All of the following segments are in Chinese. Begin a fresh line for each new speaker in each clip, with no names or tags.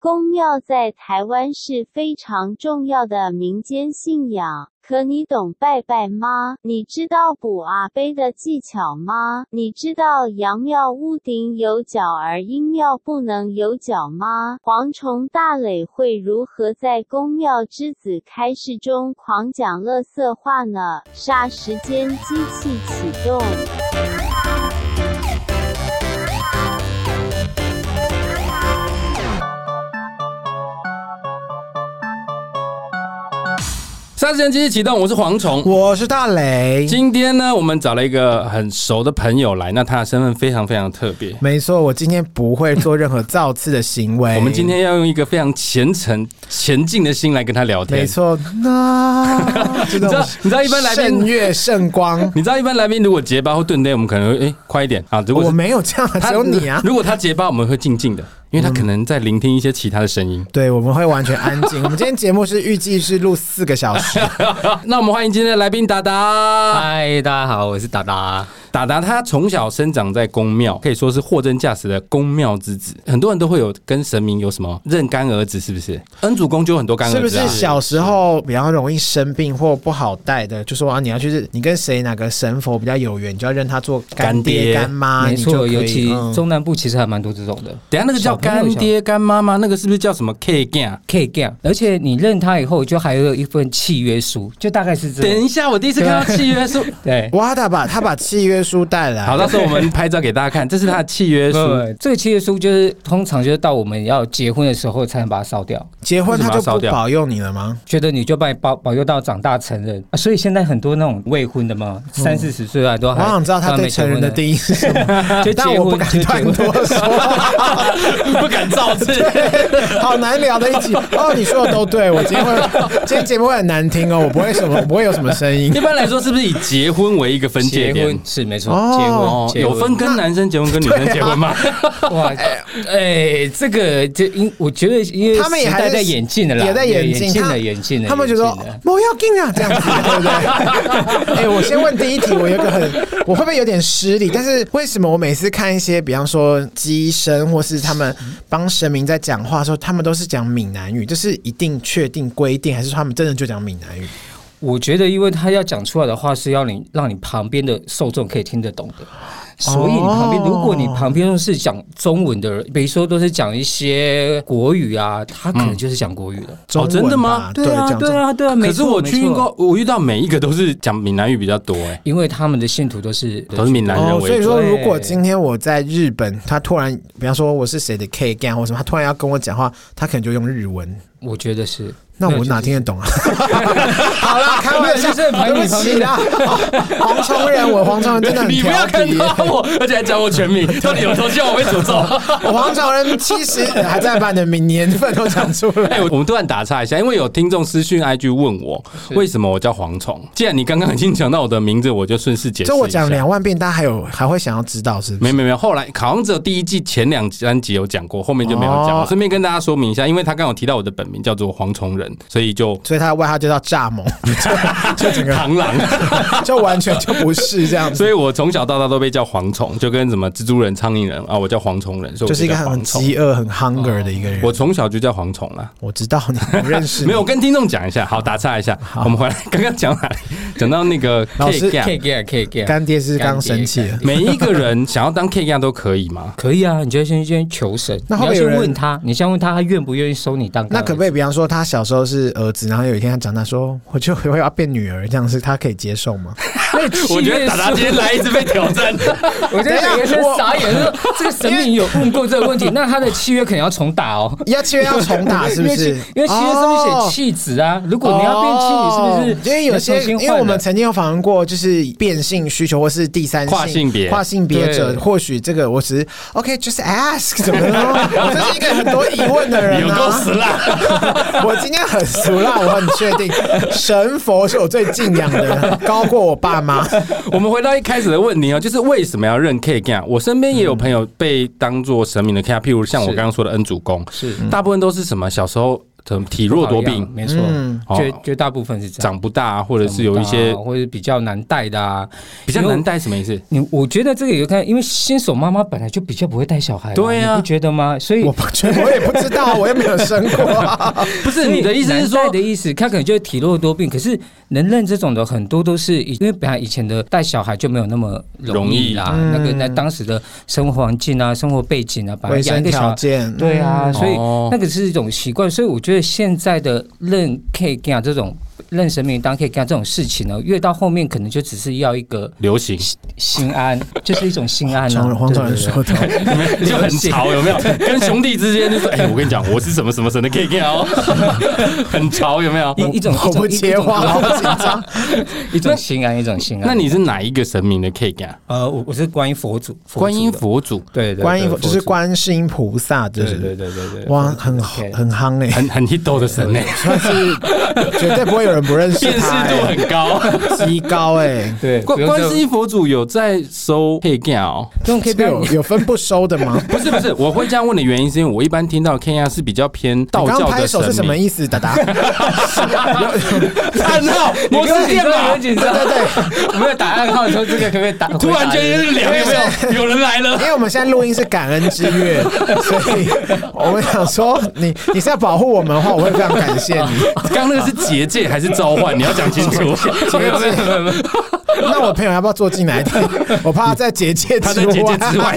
宫庙在台湾是非常重要的民间信仰。可你懂拜拜吗？你知道补阿杯的技巧吗？你知道阳庙屋顶有角而阴庙不能有角吗？蝗虫大磊会如何在公庙之子开示中狂讲乐色话呢？霎时间，机器启动。
杀时间机器启动，我是蝗虫。
我是大雷。
今天呢，我们找了一个很熟的朋友来，那他的身份非常非常特别。
没错，我今天不会做任何造次的行为。
我们今天要用一个非常虔诚、前进的心来跟他聊天。
没错，那你知
道你知道一般来宾
圣月圣光，
你知道，一般来宾如果结巴或顿呆，我们可能会哎、快一点啊。如果
我
是
没有这样，
他
只有你啊。嗯
如果他结巴，我们会静静的，因为他可能在聆听一些其他的声音。
对，我们会完全安静。我们今天节目是预计是录四个小时，
那我们欢迎今天的来宾达达。
嗨，大家好，我是达达。
达达他从小生长在宫庙，可以说是货真价实的宫庙之子。很多人都会有跟神明有什么认干儿子，是不是？恩主公就有很多干
是不
儿子
是
啊。
小时候比较容易生病或不好带的，就说啊，你要去你跟谁哪个神佛比较有缘，你就要认他做干
干爹
爹干妈，
没
啊你就
错，
可以
尤其
嗯
中南部其实还蛮多这种的。
啊等一下那个叫干爹干妈吗？那个是不是叫什么 K 啊干？
可以 get，而且你认他以后，就还有一份契约书，就大概是这
等
样。
一下，我第一次看到契约 书。
对，
哇，他把他把契约书带来，
好，到时候我们拍照给大家看，这是他的契约
不
书。
不这个契约书就是通常就是到我们要结婚的时候才能把它烧掉，
结婚他
为什么要
就
烧
不
掉
保佑你了吗？
觉得你就被保保佑到长大成人、啊所以现在很多那种未婚的嘛，三四十岁啊都
嗯我
还。
好想知道他对成人的
义，
定义是什么。
就啊结
但我不
婚
敢
就结
太
婚。
多说，
不敢造次。
好难聊的一集。哦，你说的都对，我今天 会今天节目会很难听哦，我不会什么，我不会有什么声 音
一。般来说，是不是以结婚为一个分界
结
点
婚？是没错，
哦
哦，
结婚
有
结婚
分跟男生结婚跟女生结婚吗？
哇，哎、这个这因我觉得因为
他们也
时
还
代
是
在演进的啦，
也在演进，
进
他
了，演进了，
他们觉得
演进了
我要进啊，这样子，对不 对？哎、我先问第一题，我有一个很，我会不会有点失礼？但是为什么我每次看一些，比方说机身或是他们帮神明在讲话的时候，他们都是讲闽南语？这是一定确定规定，还是说他们真的就讲闽南语？
我觉得，因为他要讲出来的话是要你让你旁边的受众可以听得懂的，所以你旁边，
哦
如果你旁边都是讲中文的人，比如说都是讲一些国语啊，他可能就是讲国语的。
哦，
中文
真的
吧
吗？
对
啊，
讲中
对啊，对啊。没
可是
错
我去遇，
没错
过，我遇到每一个都是讲闽南语比较多，哎，
因为他们的信徒都是
都是闽南人
哦，所
为
以
主。
说，
对
如果今天我在日本，他突然，比方说我是谁的 K g a n 或什么，他突然要跟我讲话，他可能就用日文，
我觉得是。
那
没有
我哪听得懂啊？ 好 啦，开
没有
玩笑，
就是朋友
对不起啦， 黄崇仁，我黄崇仁啊真的很
你不要
调
看
皮。
到我，而且还讲我全名，到底有头像我被诅咒。
我黄崇仁七十还在把你的明年份都讲出
哎、
来。
我们突然打岔一下，因为有听众私讯 IG 问我，为什么我叫蝗虫？既然你刚刚已经讲到我的名字，我就顺势解释
这我
一
讲
下。
两万遍，大家还有还会想要知道是不
没
是？
没没，后来好像只有第一季前两三集有讲过，后面就没有讲。
哦
我顺便跟大家说明一下，因为他刚好提到我的本名叫做蝗虫人，所以就
所以他的外号就叫蚱蜢，就就整个
螳螂，
就完全就不是这 样子，
所以我从小到大都被叫蝗虫，就跟什么蜘蛛人、苍蝇人啊，我叫蝗虫人，所以我
就是一个
叫
很
蝗虫。
饥饿、很 hunger 的一个人。
我从小就叫蝗虫啦，
我知道你不认识 你，
没有我跟听众讲一下，好打岔一下，我们回来刚刚讲哪里？讲到那个
老师
K gap
可以 get，可以 get。
干爹是刚生气了。
每一个人想要当 K 样都可以 吗？
可以啊，你就先先求神，
那
你
会不会
要
有
先
人
问他，你先问他，他愿不愿意收你当干儿子？
那可不可以，比方说他小时候是儿子，然后有一天他长大说，我就我要变女儿，这样是他可以接受吗？
那
我觉得达达今天来一直被挑 战，
我在想，有些
我
傻 眼，说这个神明有问过这个问题，那他的契约可能要重打哦。
要契约要重打是不是？
因为因为契约上面写妻子啊，如果你要变妻女，是不是？
哦因为哦有些，
重新换的
因为我们曾经有访问过，就是变性需求或是第三性
跨性别
跨性别者，
对
或许这个我只是 OK just ask 怎么了？我就是一个很多疑问的人
有够
啊。
死啦！
我今天很俗辣，我很确定，神佛是我最敬仰的，高过我爸妈。
我们回到一开始的问题哦，就是为什么要认 K 样？我身边也有朋友被当做神明的 K，样譬如像我
是
嗯
刚刚说的恩主公，
是
大部分都是什么小时候。的体弱多
不好样
病，
没错
嗯，
绝
哦
绝大部分是这样，
长不大，啊或者是有一些
长不大或者是比较难带的啊，
比较
因为
难带，什么意思？
你我觉得这个有看，因为新手妈妈本来就比较不会带小孩嘛，
对啊
你不觉得吗？所 以
我不觉得，我也不知道，我也没有生过。
不是你的意思是说
难带，的意思，他可能就是体弱多病。可是能认这种的很多都是以因为本来以前的带小孩就没有那么容易啦，
容易
那个
嗯
那当时的生活环境啊、生活背景啊，本来
卫
养
生
一个小
条
孩。
件，
对啊，
嗯
所以
哦
那个是一种习惯，所以我觉得现在的认 K 干这种认神明当 K 干这种事情呢，越到后面可能就只是要一个
流行
心安， 就是一种心安
从
啊。
黄总人
对对对
说的，
就很潮， 有没有？跟兄弟之间就说，哎，我跟你讲，我是什么什么神的 K K 哦， 很潮，有没有？
一一种
我不 接话，好紧 张。
一种一种心安，一种心安。
那你是哪一个神明的 K K 啊？
呃，我我是观音佛祖，佛祖
观音
的
佛祖，
对，对
观音
对
就是
祖
观世音菩萨，就
对对
是
对对对，
哇，
佛祖
很
的 K
很夯哎，
很很 hit 的神呢，
算是 绝对不会有人不认识
辨识
他
度
欸，
很高。
极高哎。
对，
观观世
音
音佛祖有在收 K K 哦。
这种 K
这
P
有有分不收的 吗？
不是不是，我会这样问的原因是因为我一般听到 K R 是比较偏道
你刚
教
刚
的
拍手是
神
什么
明。
意思？达 达，
暗号，我是电
有
码
点。紧张，对对对，没有打暗号，你说这个可不可以打？
突然觉得有点凉，有没 有？有人来了
因。为我们现在录音是感恩之月，所以我们想说，你你是要保护我们的话，我会非常感谢你。
刚刚那个是结界还是召唤？你要讲清 楚。没有没有没有没有，
那我朋友要不要坐进来 听？我怕他在结界
他
之
在结界之
外。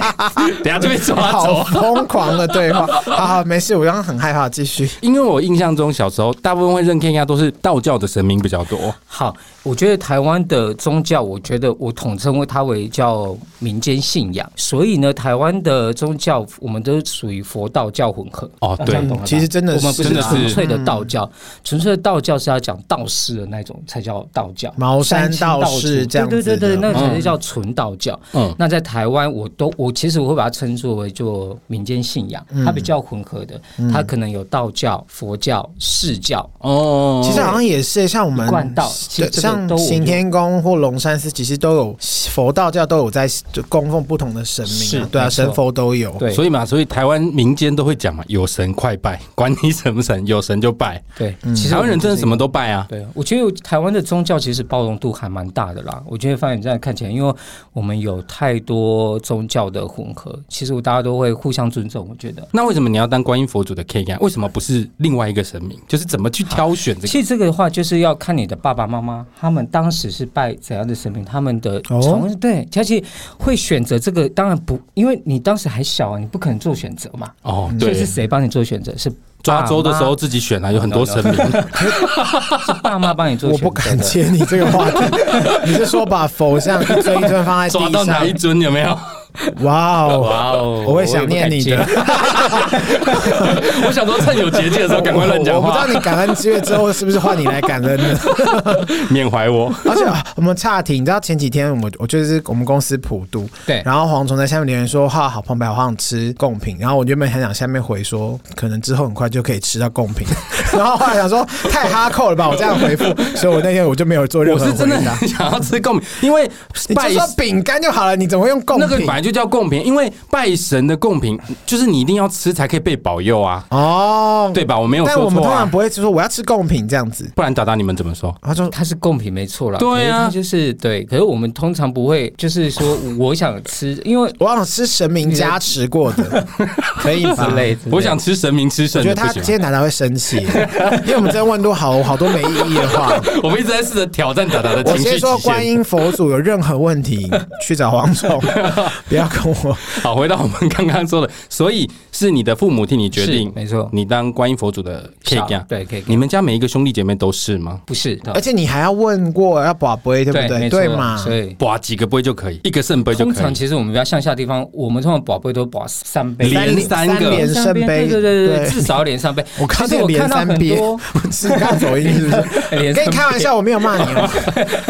外，等下就被抓
好
走。
疯狂的对话，好好没事，我刚刚很害怕，继续。
因为我印象中小时候大部分会认 K R 都是道教的神明比较多。
好，我觉得台湾的宗教，我觉得我统称为它为叫民间信仰，所以呢，台湾的宗教我们都属于佛道教混合。
哦，
这
对
样，懂了吧
其实真的
我们不
是
是
真的是
纯粹的道教，纯粹的道教是要讲道士的那种才叫道教，
茅山
清
道
祖
士这样
对对对
子
对，
的
那才是叫纯道教。
嗯，
那在台湾，我都我其实我会把它称作为就民间信仰，它比较混合的，它可能有道教、佛教、释教，
哦，
其实好像也是像我们
一贯道其
对
实这个
像
都我
行天宫或龙山寺，其实都有佛道教都有在就供奉不同的神明、啊
是，
对啊，
没错
神佛都有。
对
所以嘛，所以台湾民间都会讲嘛，有神快拜，管你什么神，有神就拜。
对，其实
台湾人真的
是
什么都拜啊。
对，我觉得台湾的宗教其实包容度还蛮大的啦。我觉得发现这样看起来，因为我们有太多宗教的混合，其实大家都会互相尊重。我觉得，
那为什么你要当观音佛祖的 K 啊干？为什么不是另外一个神明？就是怎么去挑选这个？
其实这个的话，就是要看你的爸爸妈妈，他们当时是拜怎样的神明，他们的
哦
从、对，而且会选择这个，当然不，因为你当时还小啊，你不可能做选择嘛。
哦，
所以
对
是，谁帮你做选择？是爸
抓
妈
周的时候自己选啊，有很多神明。
是爸妈帮你做
我不
选择的。
敢 接你这个话题， 你是说把佛像一尊一尊放在
抓
地
到哪一
上？
尊有没有？
哇哦！
哦
我会想念你的。
我想说，趁有结界的 时候赶快乱讲
我不知道
话，
你感恩之月之后是不是换你来感恩呢？
缅怀我。
而且啊我们岔题，你知道前几天我们我就是我们公司普渡，
对
然后蝗虫在下面留言说：“哈，好澎湃，我好想吃贡品。”然后我原本很想下面回说，可能之后很快就可以吃到贡品。 然后后来想说，太哈扣了吧，我这 样回复，所以我那天我就没有做任
我
何回
是
答。
真的很想要吃贡品，因为
啊你
拜
就说饼干就好了，你怎么会用贡
那
品？
个本来就叫贡品，因为拜神的贡品就是你一定要吃才可以被保佑啊，
哦，
对吧？我没有
但我
说
们
错
通常
啊，
不会说我要吃贡品这样子。
不然达达你们怎么说？
他说
它是贡品没错啦，
对啊
可是它就是对。可是我们通常不会，就是说我想吃，因为
我想吃神明加持过的，啊可以吧
之？类之类的
我想吃神明吃
我
剩
觉
的
得
不
他
行
今
吗。
天奶奶会 生气，因为我们真的问多好好多没意义的话。
我们一直在试着挑战达达的情
我
绪
先
极
说
限。
观音佛祖有任何问题去找 黄总，不要跟我。
好，回到我们刚刚说的，所以是你的父母替你决定
是，没错
你当观音佛祖的啊 K
小
家，
对 K 家
你们家每一个兄弟姐妹都是吗？
不是的
而，且你还要问过要宝贝对不对？
没
对
错
嘛？
所以
哇，几个杯就可以，一个圣杯就
通
可
常
以。
其实我们比较乡下的地方，我们通常宝贝都保三杯，
连三个
连
三
圣
杯
杯，
对对对对，至少连三杯。
我刚
其实
才
我
连
看到
三
很
杯，
多
我是你刚走音是不是？ 跟
连三
你
杯
开玩笑，我没有骂你哦，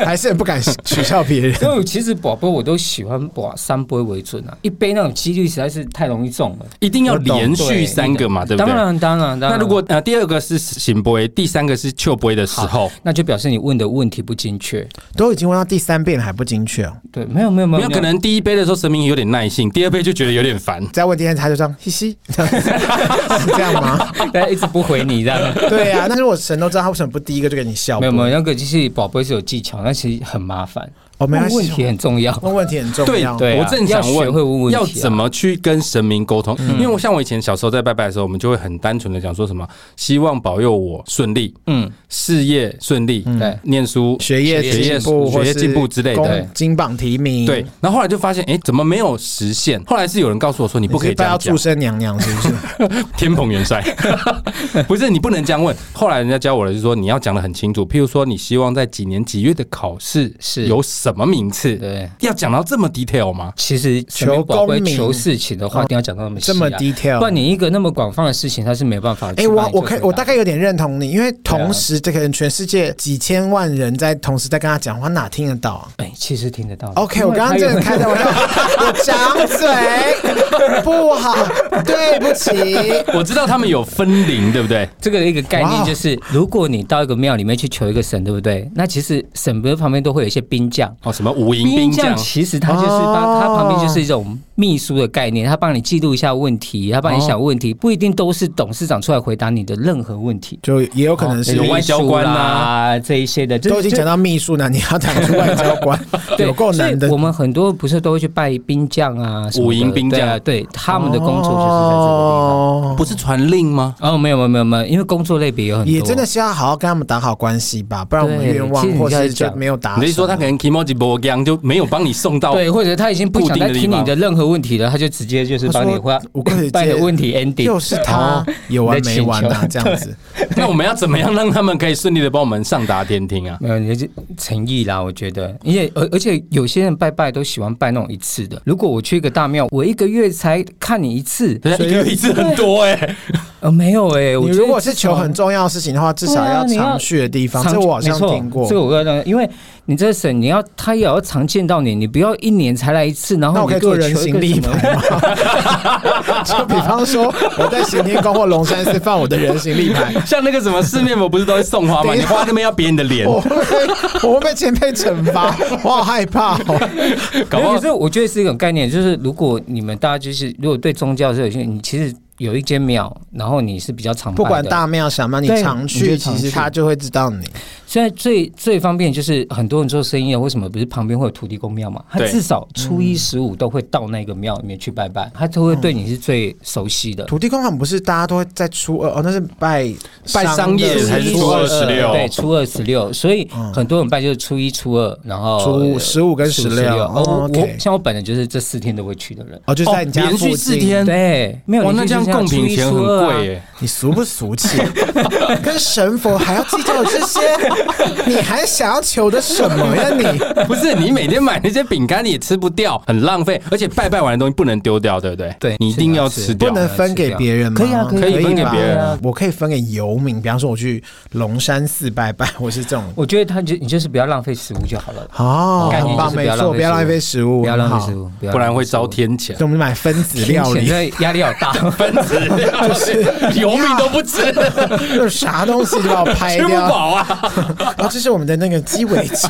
还是很不敢取笑 别人。
所以其实宝贝我都喜欢把三杯为准啊，一杯那种几率实在是太容易中了。
一定要
我懂
连续三个嘛，对不
当
对？
然当然当
那
然。
如果呃第二个是醒杯，第三个是秋杯的时候，
那就表示你问的问题不精确。
都已经问到第三遍了还不精确哦，
对，没有没有没
没
有，
有可能第一杯的时候神明有点耐性，第二杯就觉得有点烦。
再问第三次他就这样，嘻嘻，这样 是这样吗？
哎大家一直不回你这样
对呀、啊，但是我神都知道，他为什么不第一个就给你笑？
没有没有，，那个就是宝贝是有技巧，但其实很麻烦。
哦，没关
问
系，
问题很重要。
问问题很重
对
要。
对啊
我正想
要学会问问题啊嗯
要怎么去跟神明沟通？因为我像我以前小时候在拜拜的时候，我们就会很单纯的讲说什么，希望保佑我顺利，
嗯，
事业顺利，
对，
念书
学业
学业
进步，
学业
或是
进步之类的
公金榜题名，
对，，然后后来就发现，哎，怎么没有实现？后来是有人告诉我说，你不可以这
拜
样
到
讲
畜，生娘娘是不 是？
天蓬 元帅，不是你不能这样问。后来人家教我的就是说，你要讲的很清楚，譬如说你希望在几年几月的考试
是
有什么名次，
对。
要讲到这么 detail 吗？
其实神明宝贝求事情的话，一定要讲到那么细、
哦
啊，
这么 detail
不然你一个那么广泛的事情，它是没办法去
哎、
帮你
我
做出来的。
我可以我大概有点认同你，因为
啊
同时这个人全世界几千万人在同时在跟他讲话，哪听得到啊
哎、其实听得到的。
？OK，我刚刚真的开的玩笑，我张嘴不好，对不 起。
我知道他们有分龄，对不对？
这个的一个概
哇
念就是，如果你到一个庙里面去求一个神，对不对？那其实神不是旁边都会有一些兵将。
哦，什么五营兵将
将？其实它就是帮
哦
它旁边就是一种秘书的概念，它帮你记录一下问题，它帮你
哦
想问题，不一定都是董事长出来回答你的任何问题。
就也有可能是
哦哎有
秘
秘
书
外交官啊
啦这一些的，就
都已经讲到秘书了，你要讲出外交 官，
对
有够难
所
的
以我。们很多不是都会去拜兵将啊什么的，
五营兵将
对啊对他们的工作就是在这个地方。哦
哦
不是传令吗？
没有没有没有没有，因为工作类别有很多，
也真的是要好好跟他们打好关系吧，不然我们
对
愿望
其实你
或
刚才
是就
讲
没有达
你
成。
是说他可能 emoji 波江就没有帮你送到？
对，或者他已经不想再听
固定的地
你的
方
任何问题了，他就直接就是帮你回答
我跟你
把你的
借
问题 ending。哦
又是他有完没完啊？
啊你
这
在请求
样 子，
那我们要怎么样让他们可以顺利的帮我们上达天庭啊？
没有，你就诚意啦，我觉得，因为而而且有些人拜拜都喜欢拜那种一次的。如果我去一个大庙，我一个月才看你一次，
人家一个一次很多哎、
呃，没有哎、我
你
觉得
如果是
至少
求很重要的事情的话，至少
对啊
要
你要
常去的地方，
常
这我好像
没错
听过
这。个我要让，因为你这个神，你要他也要常见到你，你不要一年才来一次，然
那我
后
可以
你给我
做
求一
人
个
形立
什么
牌吗？ 就比方说，我在行天宫或龙山寺放我的人形立 牌，
像那个什么四面佛不是都会送花吗？
啊
等一
你
下
花那边要别人的脸，
哦
我会被我会被前辈惩罚，我好害怕 哦。
搞不
没有
好
可是我觉得是一种概念，就是如果你们大家就是如果对宗教是有些，你其实有一间庙，然后你是比较常拜
不
的
管大庙小庙，你
对
常
你
去，
就常
其实
去
他就会知道你。
现在最最方便就是很多人做生意啊的，为什么不是旁边会有土地公庙嘛？他
对
至少初一十五都会到那个庙里面去拜拜，他都会对你是最熟悉
嗯
的。
土地公好像不是大家都会在初二哦，那是拜
拜商业
的哦
还是初二十六
对，初二十六，所以很多人拜就是初一、初二，然后
嗯初15跟
16
16
哦我
哦，OK
我像我本人就是这四天都会去的人。
哦，就是在你
哦
家
连续
附
四
近
天
对，没有
哇，
人
那
去
这样
就
贡品钱很
初一初二啊
贵耶、
你俗不俗气？ 跟神佛还要计较这些，你还想要求的什么呀 你？
不是你每天买那些饼干你也吃不掉，很浪费，而且拜拜完的东西不能丢掉，对不对？
对
你一定要
是
吃
不
掉。
能分给别人吗？
可以啊可以
可以分给
吧
别人啊
我可以分给游民，比方说我去龙山寺拜拜，我是这种。
我觉得他就你就是不要浪费食物就好了，
哦，
概
很
念就
棒，
是
没错，不
不
要
要
浪
浪
费
费
食物，
不要浪
很
费
好
食。物，要
不然
浪费
会
食
招
物。
天谴
所以。我们买分子料
现
理，
在压力好大，
油命都不吃，
就是啥东西都要拍
吃不
掉。
饱啊！
然后哦这是我们的那个鸡尾 酒，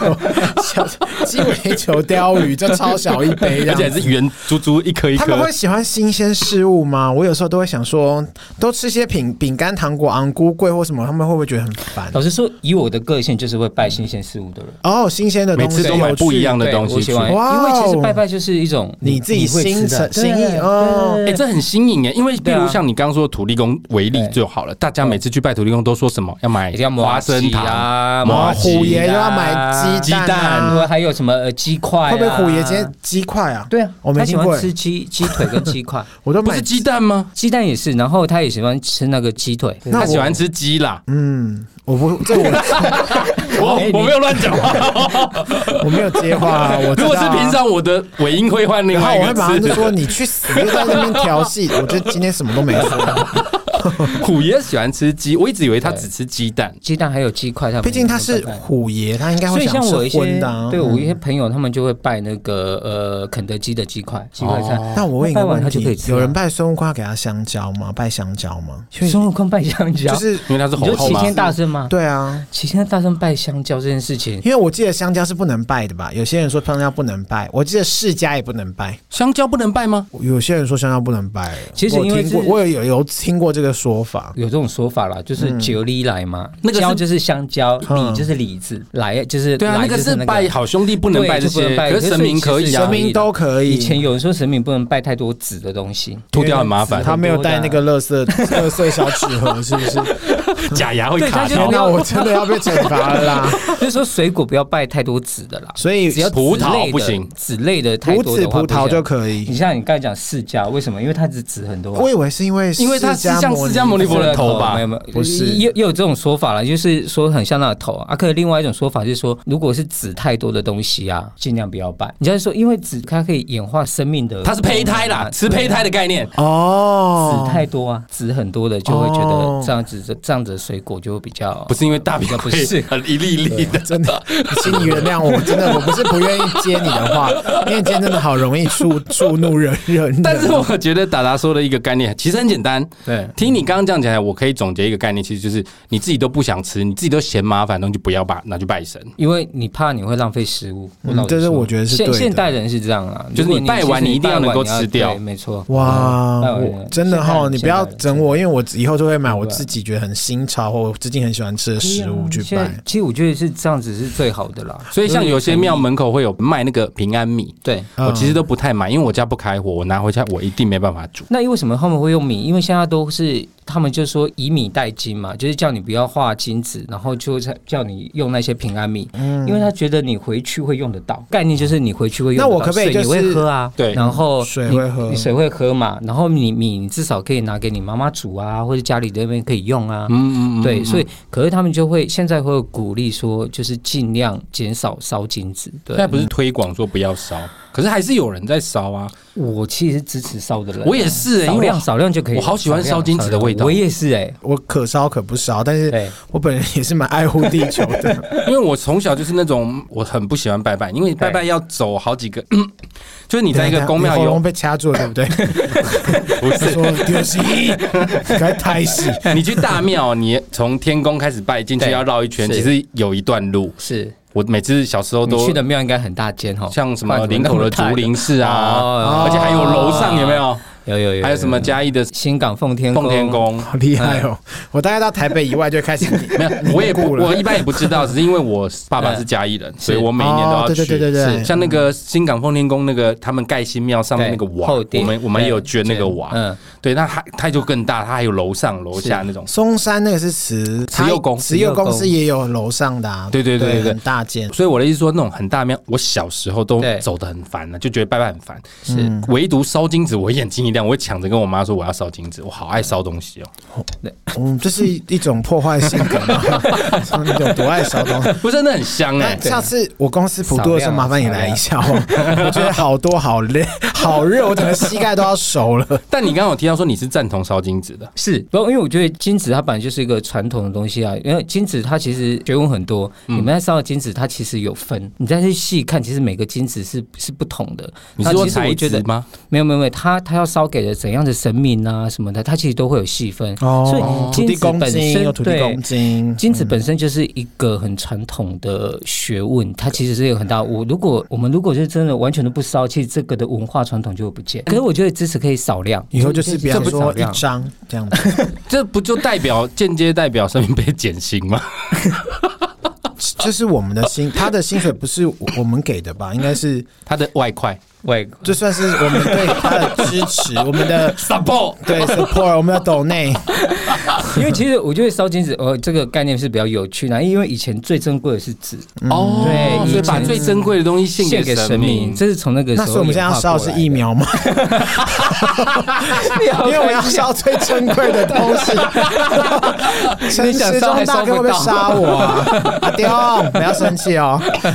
小鸡尾酒鲷鱼，就超小一
哎
杯这
而
样子，
且还是圆珠珠一颗一
他们
颗
会。喜欢新鲜事物吗？我有时候都会想说，都吃些饼、饼干、糖果、昂菇贵或什么，他们会不会觉得很烦
老？实说，以我的个性，就是会拜新鲜事物的人。
哦，新鲜的
每
东西
次都买不一样的
对
东
我
西
喜
去。
欢，
哇
因
哦
为其实拜拜就是一种
你自己
会吃
心诚
的啊
心意哦
哎、
对对对
这很新颖哎，因为比
对
如
啊
像你刚刚说的土地公为例就好了，大家每次去拜土地公都说什么要买
一定要
花
麻
生
吉
糖
啊，
麻
哦，
吉
虎爷又要买
啊
鸡
鸡
蛋
啊
然后还有什么呃鸡块啊？
会不会虎爷今天鸡块啊？
对啊，
我没
他喜
听过
欢，吃鸡鸡腿跟鸡块，
我都
不
买
是鸡，蛋吗？
鸡蛋也是，然后他也喜欢吃那个鸡腿。
那
他
我
喜欢吃鸡啦，
嗯，我不这我
我我没有乱讲话。
我没有接话啊，我知
如
道啊
果是平。 常我的尾音会换另
然后
外一
我会
个
马上就说
字。
你去死，又在那边调戏。我这今天什么都没说，
虎爷喜欢吃鸡，我一直以为他只吃鸡蛋。
鸡蛋还有鸡块，他们
毕竟他是
拜拜
虎爷，他应该
所
会
以
想
像
吃
我一
荤
些
的啊。
对我一些朋友，他们就会拜那个呃肯德基的鸡块鸡块餐。
那我问一
拜
个
完
问
他就可以
题：
吃啊了
有人拜孙悟空要给他香蕉吗？拜香蕉吗？因为
孙悟空拜香蕉，
就是
因为他是
你
猴
就
猴
齐
嘛，
天大圣吗？
对啊，
齐天大圣拜香蕉这件事情，
因为我记得香蕉是不能拜的吧？有些人说香蕉不能拜，我记得释迦也不能拜，
香蕉不能拜吗？
有些人说香蕉不能拜。
其实
我
因为
听过，
是
我有有有听过这个说法？
有这种说法啦，
嗯
就是九里来嘛，
那个是
蕉就是香蕉，
嗯
李就是李子，来就是
对啊，
来
那个
就是
是
那
拜好兄弟不能
对
拜这
就不能
些，
拜
可是神明可以啊，
神明都可以，
以前有人说神明不能拜太多紫的东西，
吐掉很麻烦，
他没有带那个垃圾垃圾小纸盒，是不 是？
假牙会
对
卡
他就
掉
天。哪，我真的要被惩罚了啦！
就是说水果不要拜太多紫的啦，
所以
只要紫
葡萄
类的
不行
紫类的太
无
多
籽
的话
葡
不
萄
行
就可以。
你像你刚才讲释迦，为什么？因为它只紫很多啊、
我以为是因为
因为它是像释迦牟
尼
尼佛的头吧
没有没有，
不是
也也有这种说法了，就是说很像那个头啊。啊可是另外一种说法就是说，如果是籽太多的东西啊，尽量不要拌。你就是说，因为籽它可以演化生命的，
它是胚胎啦，吃胚胎的概念。
哦
籽，太多啊，籽很多的就会觉
哦
得这样子的这样子的水果就会比较
不是因为大饼
不是
很一粒一粒的，真 的。
请你原谅我，真的我不是不愿意接你的 话，因为你今天真的好容易触触怒人人。
但是我觉得达达说的一个概念其实很简单，
对。
听你刚刚这样讲来，我可以总结一个概念，其实就是你自己都不想吃，你自己都嫌麻烦的东西，就不要把拿去拜神。
因为你怕你会浪费食物，
嗯
老实
这是
说
我觉得是
现
对的
现代人是这样啊，
就是
如果
你拜完
其实
你一定要
拜
能
完
够
你要
吃掉
对没错。嗯
哇，
拜完
我
人
真的
现代
哈，
人
你不要整我，因为我以后就会买我
对
自己觉得很新潮或我最近很喜欢吃的食物去
啊现在
拜。
其实我觉得是这样子是最好的啦。
所以像有些庙门口会有卖那个平安米，
对，
嗯
我其实都不太买，因为我家不开火，我拿回家我一定没办法煮。
那为什么他们会用米？因为现在都是他们就说以米代金嘛，就是叫你不要画金子，然后就叫你用那些平安米，
嗯
因为他觉得你回去会用得到。概念就是你回去会用得到，
那我可不可以
水你
就是
会喝啊？
对
然后
水
你
会喝
你水会喝嘛？然后你米你至少可以拿给你妈妈煮啊，或者家里那边可以用啊。
嗯嗯嗯，
对，所
以
以可是他们就会现在会鼓励说，就是尽量减少烧金子。
现
对
在，不是推广说不要烧，可是还是有人在烧啊。
我其实支持烧的人啊，
我也是欸因为
少
我
量少量就可以。
我好喜欢
少量
烧金子的味道
我也是哎，
我可烧可不烧，但是
对，
我本人也是蛮爱护地球的。
因为我从小就是那种我很不喜欢拜拜，因为拜拜要走好几个， 就是你在一个宫庙
你喉
有
咙被掐住了，对不对？
不
他
是
说丢西，该太死。
你去大庙，你从天宫开始拜进去
对
要绕一圈，
是
其实有一段路。
是
我每次小时候
你
都
去的庙应该很大间哦，
像什
怪
么
不得
林口的
那么大
竹林寺啊，
哦
而且还有楼上有没有？
有有有有，
还有什么嘉义的
新港奉天
奉天？宫？
好厉害哦！我大概到台北以外就开始
没有，我也 不，
凝固了
我一般也不知道，只是因为我爸爸是嘉义人，所以我每一年都
哦
要
对对对对
去。
对，
像那个新港奉天宫那个，他们盖新庙上面那个
嗯对
瓦，
后
我
殿
们我们也有捐那个瓦，
嗯，
对，那它它就更大，它还有楼上楼下那种。
松山那个是慈
慈幼宫
慈幼宫是也有楼上的啊，
对对对对对
很大间。
所以我的意思说，那种很大庙，我小时候都
对
走得很烦啊了、就觉得拜拜很烦。
是
唯独烧金纸，我眼睛一亮，我会抢着跟我妈说我要烧金纸，我好爱烧东西哦。
嗯，这是一种破坏性格嘛， 说你有多爱烧东
嗯
西。
不是，那很香哎、
那下次我公司普渡的时
少
候，
量
麻烦你来一下哦。 我觉得好多好累，好热，我整个膝盖都要熟了。
但你刚刚有提到说你是赞同烧金纸的，
是，不，因为我觉得金子它本来就是一个传统的东西啊，因为金子它其实学问很多，
嗯
你们在烧的金子它其实有分，你再去细看，其实每个金子是是不同的。
你是
那
说
其实
材
我觉
质
得
吗？
没有没有没有，它它要烧给了怎样的神明啊什么的，它其实都会有细分。所以
哦土地
金子
公
本
斤有
身
土地
对
公嗯斤，
金子本身就是一个很传统的学问，它其实是有很大。我如果我们如果是真的完全都不烧，其实这个的文化传统就会不
嗯
见。可是我觉得支持可以少量，
以后就是比
这
方
不
说
少
一
量
张这样子，
这不就代表间接代表生命被减刑吗？
就是我们的薪，他的薪水不是我我们给的吧？应该是
它的外快
喂，
这算是我们对他的支持，我们的
support
对 support，我们的抖内。
因为其实我觉得烧金子，呃，这个概念是比较有趣的，因为以前最珍贵的是纸，
哦，
嗯对
所以
以前
把最珍贵的东西
献
献给
给神
神
明，
明。
这是从那个时
那
候。
所以我们现在要烧的是疫，苗吗？因为我们要烧最珍贵的东西。
你
陈
想
时
烧
中
还
大
烧
哥会不
不
会
到
杀我啊？阿丢，不要生气哦。
哎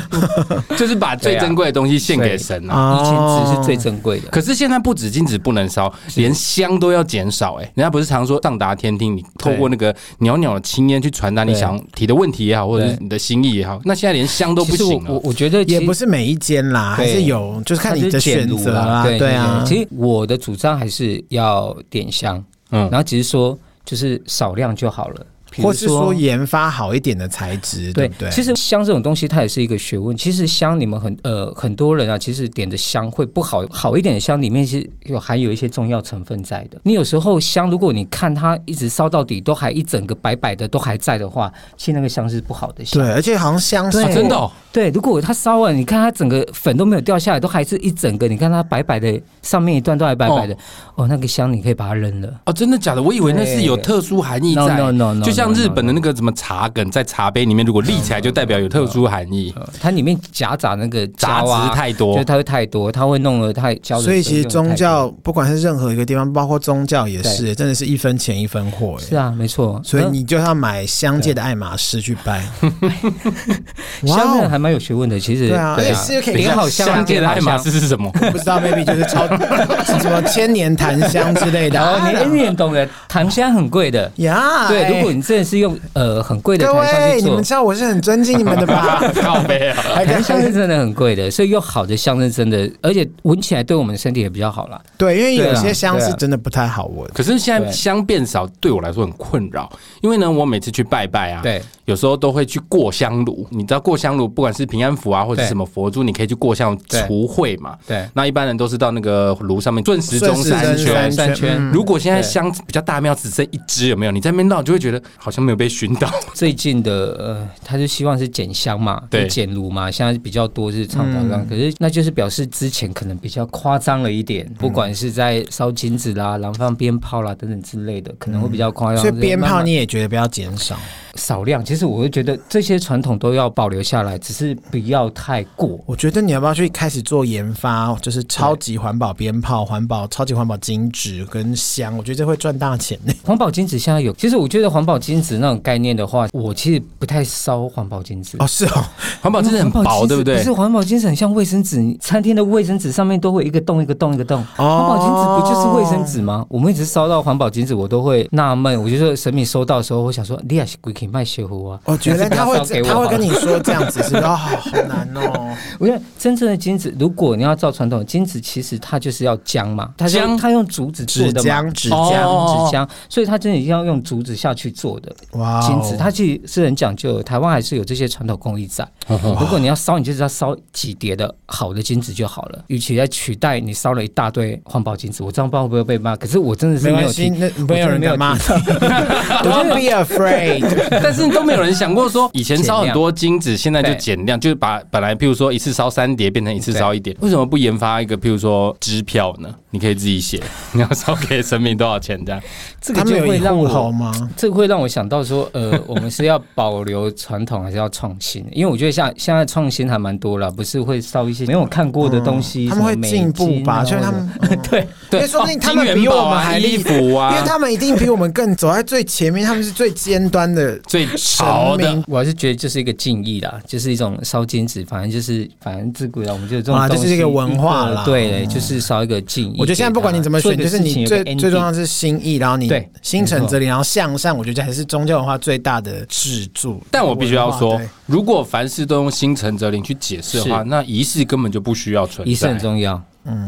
就是把最
啊
珍贵的东西献给神啊。
以前纸是最珍贵的。
可是现在不止金纸不能烧，连香都要减少、哎，人家不是常说上达天听，你透过那个袅袅的青烟去传达你
对
想提的问题也好，或者是
对
你的心意也好，那现在连香都不
其实
行啊
我我
了。
我觉得其
也
实
不是每一间啦，还
对
是有，就是看你的选择啦。
它就是简
对
陋啦
啊
对，其实我的主张还是要点香，
嗯
然后只是说就是少量就好了。比
或
如
是说研发好一点的材质，对
对
不对？
其实香这种东西它也是一个学问。其实香你们很呃很多人啊，其实点的香会不好，好一点的香里面其实有含有一些中药成分在的。你有时候香，如果你看它一直烧到底，都还一整个白白的都还在的话，其实那个香是不好的香。
对，而且好像香
对
啊
水
真的哦
对，如果它烧完，你看它整个粉都没有掉下来，都还是一整个，你看它白白的，上面一段都还白白的，哦，那个香你可以把它扔了。
哦，真的假的？我以为那是有特殊含义
No,
在
no, no, no,
就像
no, no,
日本的那个什么茶梗，在茶杯里面如果立起来，就代表有特殊含义。
呃它里面夹杂那个胶
杂
啊
质太多
就它会太多，它会弄了太胶的成分。
所以其实宗
用得太
教不管是任何一个地方，包括宗教也是，
对
真的是一分钱一分货。
多
哎
是啊，没错。
所以你就要买香界的爱马仕去拜。
呃香
哦
这个还蛮有学问的，其实
对啊而且是可以
点好
等一下
香，
相界的爱马仕是什 么？
不知道 maybe 就是超是什么千年檀香之类的。
点好香。然后你你也懂的，檀香很贵的。
哎呀，
对，如果你真的是用呃很贵的
哎各
檀香
位
去
你们
做，
知道我是很尊敬你们的 吧？
靠背啊！
还
檀
敢
香是真的很贵的，所以用好的香是真的，而且闻起来对我们身体也比较好啦。
对，因为有
对
些
啊
香是
对啊
真的不太好闻。
可是现在
对
香变少，对我来说很困扰，因为呢，我每次去拜拜啊，
对，
有时候都会去过香炉。你知道过香炉，不管是平安符啊，或者是
对
什么佛珠，你可以去过香炉
对
除秽嘛。
对
那一般人都是到那个炉上面顺时钟
顺
三
时
钟
圈。
三圈
嗯
如果现在
对
香比较大庙只剩一支，有没有？你在那边绕，你就会觉得好像没有被熏 到。
最近的呃，他就希望是减香嘛，
对
就减炉嘛，现在比较多是倡导这
嗯
样，可是那就是表示之前可能比较夸张了一点，
嗯
不管是在烧金子啦、燃放鞭炮啦等等之类的，可能会比较夸张。
所以
是
鞭
慢
炮
慢
你也觉得不要减少，
少量，其实我会觉得这些传统都要保留下来，只是不要太过。
我觉得你要不要去开始做研发，就是超级环保鞭炮、环保超级环保金纸跟香，我觉得这会赚大钱呢。
环保金子现在有，其实我觉得环保金子那种概念的话，我其实不太烧环保金子。
哦，是 哦，
环保真的很薄，对不对
不？是嗯环保金纸很像卫生纸，你餐厅的卫生纸上面都会有一个洞一个洞一个洞。环、
哦
保金纸不就是卫生纸吗？我们一直烧到环保金纸，我都会纳闷。我就说神明收到的时候，我想说，你也是鬼可以卖邪乎啊！
我觉得哦他会
还是不要烧给我
他
好
会
了
跟你说这样子是不是？哦，好难 哦。
我觉得真正的金纸，如果你要照传统金纸，其实它就是要浆嘛，它是
浆
用它用竹子做
纸
的嘛
浆，。纸
哦
浆，
纸浆，所以它真的一定要用竹子下去做的
哇哦，
金子，它其实是很讲究的。台湾还是有这些传统工艺 在。
哦
如果你要烧，你就知道烧几叠的好的金子就好了。与其来取代你烧了一大堆环保金子，我这样不知道会不会被骂。可是我真的是
没
没
关
有
系，
听，
那没有人敢骂你。Don't be afraid。
但是都没有人想过说，以前
减
烧
量
很多金子，现在就减量，就是把本来譬如说一次烧三碟变成一次烧一碟，为什么不研发一个譬如说支票呢？你可以自己写， 你要烧给神明多少钱这样？
这个
他们
就
有
会
一
让
户头
我。
吗？
这个会让我想到说，呃，我们是要保留传统，还是要创新？因为我觉得像现在创新还蛮多了，不是会烧一些没有看过的东西，
哦他们会
什么美
进步吧？
金
所
啊
以他们嗯
对
因
对，
为说不定
哦
他们
金元
比我
宝啊
们还厉
衣服啊，
因为他们一定比我们更走在最前面，他们是最尖端的。
最
神
潮的
明。
我还是觉得就是一个敬意啦，就是一种烧金纸，反正就是反正自古以来我们就有这种
啊
东
这
西，
是一个文化啦嗯
对，就是烧一个敬意。
我觉得现在不管你怎么选，
做
就
一
是
个事情
你
有个
最
ending
最重要的是心意，然后你
对
心诚则灵，然后向上，我觉得还是宗教文化最大的支柱。
但我必须要说
对，
如果凡事都用心诚则灵去解释的话，那仪式根本就不需要存在。
仪式很重要，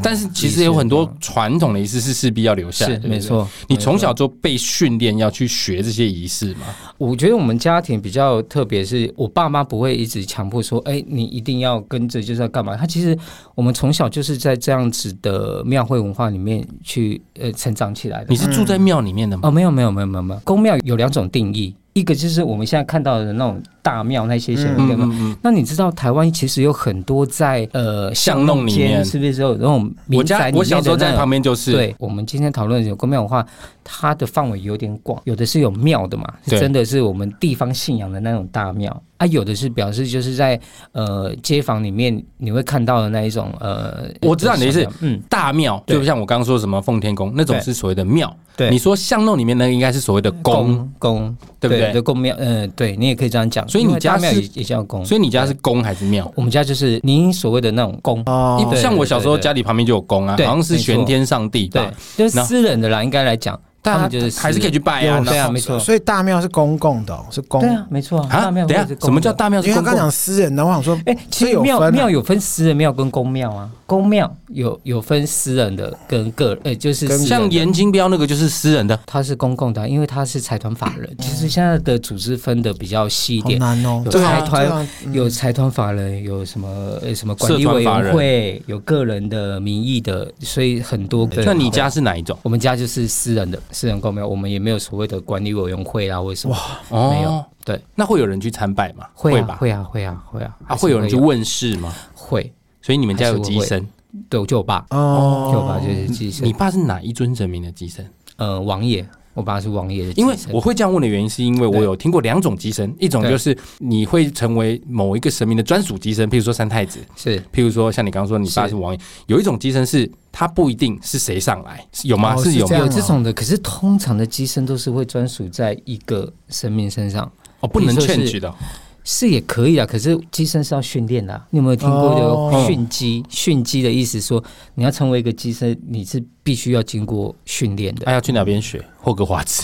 但是其实有很多传统的仪式是势必要留下来
是
的，对不对
没。错。
你从小就被训练要去学这些仪式嘛？
我觉得我们家庭比较特别，是我爸妈不会一直强迫说，哎、你一定要跟着就是要干嘛。他其实我们从小就是在这样子的庙会文化里面去呃成长起来的
你。是住在
嗯
庙里面的吗？
哦，没有没有没有没有没有，宫庙有两种定义，一个就是我们现在看到的那种大庙那些神
嗯
庙。
嗯嗯。
那你知道台湾其实有很多在呃
巷弄里
间
面
是不是有那种
我
民宅
家
里面的那种？
我小时候在旁边就是，
对，我们今天讨论的有公庙文化，它的范围有点广，有的是有庙的嘛，
对
是真的是我们地方信仰的那种大庙啊，有的是表示就是在呃街坊里面你会看到的那一种呃，
我知道你的意思，
嗯，
大庙，
对
就像我刚刚说什么奉天宫那种
对
是所谓的庙，
对
你说巷弄里面那个应该是所谓的宫，
宫，
对不对
就公庙，呃，对你也可以这样讲，
所以
因
你
为
家
大庙
是
也也叫宫，
所以你家是宫还是庙？
我们家就是您所谓的那种宫，
哦，
一
对
像我小时候
对对
家里旁边就有宫啊，
对
好像是玄天上帝
对
吧。，
就是
那
私人的啦，应该来讲。他
但
们就是
还是可以去拜啊。
对
然
啊，
后
没错，
所以大庙是公共的、哦，是公
对啊，没错
啊，
大庙
等
会
一
是
下
公，
什么
的
叫大庙
因
是
为他
公
刚
共
讲？私人的，我想说，
哎、
这
其实
有
庙
分啊
庙有分私人庙跟公庙啊，公庙有有分私人的跟个人，呃，就是私人的
像严金标那个就是私人的，
它是公共的啊，因为它是财团法人。其
哦
实现在的组织分的比较细一
好
点，
难哦，
有
对啊
财团、
对啊嗯
有财团法人，有什么呃什么管理
社团
委
法
员
人
会，有个人的名义的，所以很多个人。
那你家是哪一种？
我们家就是私人的私人公庙，我们也没有所谓的管理委员会啊，或者什么。
哦
没有，对，
那会有人去参拜吗？
会啊
吧？
会啊会啊会啊，
啊，
还是
会有人去问事吗？
会，
所以你们家有机
还是
身？
对，我就我爸，
哦，
就我爸就是继承
你爸是哪一尊神明的机身？
呃王爷，我爸是王爷的继
因为
承，
我会这样问的原因，是因为我
对
有听过两种机身，一种
对
就是你会成为某一个神明的专属机身，譬如说三太子，
是
譬如说像你刚刚说你爸
是
是王爷，有一种机身是他不一定是谁上来，是有吗？
哦
是
是
有啊
这
吗
样
有这种的，可是通常的机身都是会专属在一个神明身上，
哦，不能
比如说是
change 的哦
是也可以啊。可是机身是要训练的啊、你有没有听过
哦
有训鸡？训鸡的意思说，你要成为一个机身，你是必须要经过训练 的。
哎，要去哪边学？霍格华兹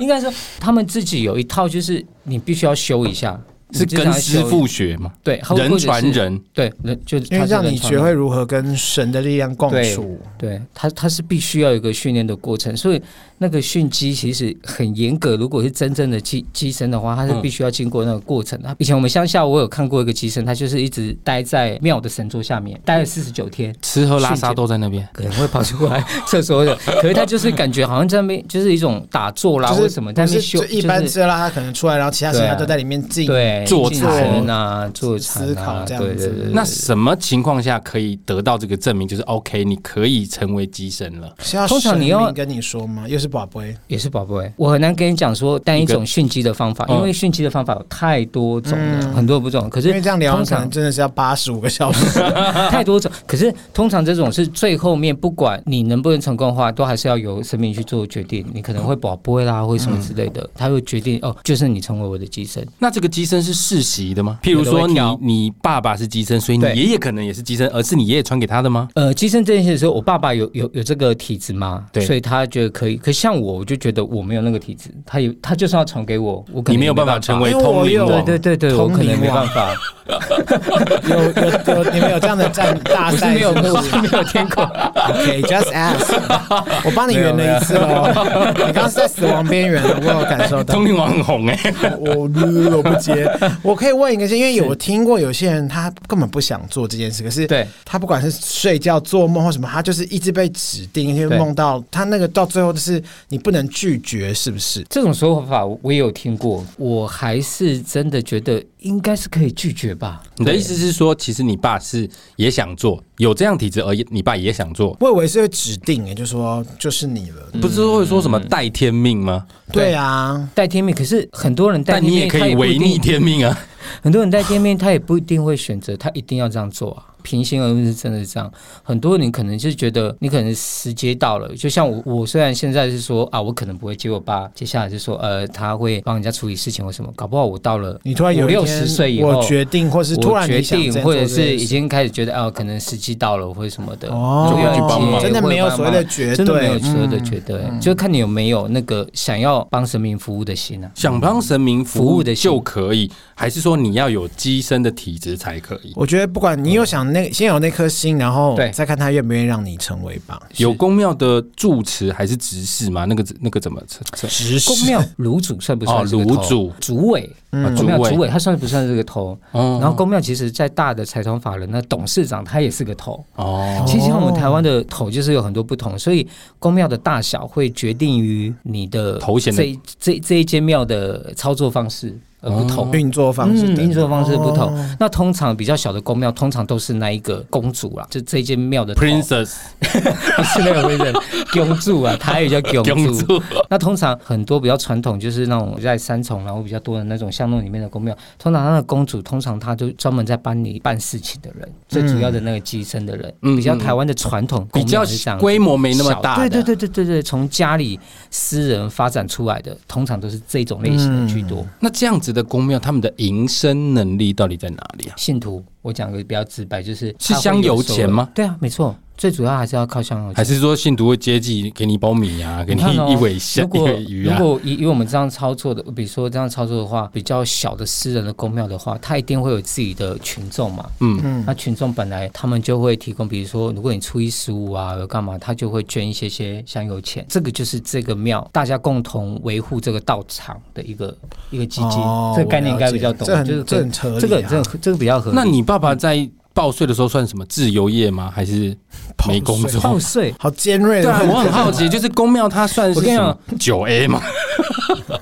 应该说他们自己有一套，就是你必须要修一下，
是
你至少要
跟师
修
傅学嘛？
对，或
人
或者是
传人，
对，人就是
因为
他是
让你
人传
学
人
会如何跟神的力量共
对
处，
对他，他是必须要有一个训练的过程，所以那个训鸡其实很严格。如果是真正的鸡鸡生的话，他是必须要经过那个过程的。以前我们乡下，我有看过一个鸡生，他就是一直待在庙的神桌下面，待了四十九天，
吃喝拉
瞬
撒
间
都在那边。
可能会跑出来厕所的。可是他就是感觉好像在那边就是一种打坐啦，或
就
者
是
什么，
不
在那
是
边修
就一般
就是
吃了他可能出来，然后其他神
对啊
他都在里面进，
对
坐
进
禅
神啊，坐禅
思
啊
考，这样
对对
子
对。
那什么情况下可以得到这个证明？就是 OK，你可以成为机神了。
是要
通常
神
你要
明跟你说吗？又是宝贝，
也是宝贝，我很难跟你讲说单一
一个
种训鸡的方法，
嗯
因为训鸡的方法有太多种了，很多不种。可
因
是
为这样聊
通
可能
常
真的是要八十五个小时，
太多种，可是通常这种是最后面，不管你能不能成功的话，都还是要由生命去做决定。你可能会宝贝啦，或者什么之类的，他会决定哦，就是你成为我的寄生。
那这个机身是世袭的吗？譬如
有的
说
会
你
挑
你爸爸是机身，所以你
对
爷爷可能也是机身，而是你爷爷传给他的吗？
呃，寄生这件事的时候，我爸爸有有有这个体质嘛，
对
所以他觉得可以。可像我，我就觉得我没有那个体质，他有他就算要传给我，我可能
你没有
也
办
办
法成为
因为我
通灵
有
王。
对对对对，我可
通
能
灵
没
王
办法，
有 有有，你们有这样的战大
我是
赛
没有，
是不
我
是
是没有听过。
？OK，just ask，我帮你圆了一次哦。你刚刚是在死亡边缘了，我有 感受到。
通灵王很红哎、
我我不 接。我可以问一个，是因为有听过有些人他根本不想做这件事，可是
对
他不管是睡觉、做梦或什么，他就是一直被指定，因为
对
梦到他那个到最后就是你不能拒绝，是不是？
这种说法我也有听过，我还是真的觉得应该是可以拒绝吧。
你的意思是说，其实你爸是也想做，有这样体质，而你爸也想做，
我以为是会指定、欸，就说就是你了。
不是会说什么代天命吗？
对啊，
带天命，可是很多人带
但
天
你也
命，
可
他
以
不
违
一定
逆。天命啊。
很多人带天命，他也不一定会选择，他一定要这样做啊。平心而论是真的是这样，很多人可能就觉得你可能时节到了，就像我，我虽然现在是说啊，我可能不会接我爸，接下来就说呃，他会帮人家处理事情或什么，搞不好我到了
你突然有
五
一
六
天
十岁以后，
我决定，或是突
我
然
决
你想
定
这，样
或
做这
者
件事
是已经开始觉得哦、可能时机到了或者什么的，
哦
就会
去帮忙
接
真的没有所谓的绝对
真的没有所谓的
嗯
绝对，就看你有没有那个想要帮神明服务的心啊。
想帮神明服
服
务
务的
的
心
就可以，还是说你要有机身的体质才可以？
我觉得不管你有想那先有那颗心，然后
对
再看他愿不愿意让你成为吧。
有公庙的住持还是执事吗？那个那个怎么称？称
只
公庙炉主算不
哦
算这个头？
炉主
主委，
嗯
啊
公庙
主委
主委他算不算这个头？
哦
然后公庙其实，在大的财团法人，那董事长他也是个头。
哦，
其实像我们台湾的头就是有很多不同，所以公庙的大小会决定于你的
头衔的
这一这这一间庙的操作方式而不同。
运作方式等
嗯，
等，
运作方式不同。
哦
那通常比较小的宫庙，通常都是那一个公主啦，就这间庙的头
Princess
不是那个 p r 公主啊，台语叫公
公
主。
主，
那通常很多比较传统，就是那种在三重然后比较多的那种巷弄里面的宫庙，通常他的公主通常她就专门在帮你办事情的人，最主要的那个机身的人，
嗯
比较
嗯
台湾的传统
比
宫
较
庙是这样子。
规模没那么大
对
的，
对对对对对，从家里私人发展出来的，通常都是这种类型的居多。
那这样子的公庙，他们的营生能力到底在哪里啊？
信徒，我讲个比较直白，就是
是
它会
香油
收
钱
了
吗？
对啊，没错，最主要还是要靠香油钱
还。是说信徒会接济给你一包米啊，给
你看哦
一尾虾、
如
一
果
尾鱼啊
如？果以以我们这样操作的，比如说这样操作的话，比较小的私人的公庙的话，它一定会有自己的群众嘛。
嗯，
那群众本来他们就会提供，比如说如果你初一十五啊，有干嘛，他就会捐一些些香油钱。这个就是这个庙大家共同维护这个道场的一个一个基金。
哦
这个概念应该
我了解
比较懂，
这很
就是
这很合理啊
这个这个这个比较合理。
那你爸爸在报税的时候算什么自由业吗？还是没工作？
报税
好尖锐
对
的
啊，
问题，
我很好奇，就是公庙它算是
我跟你讲
九 A 吗？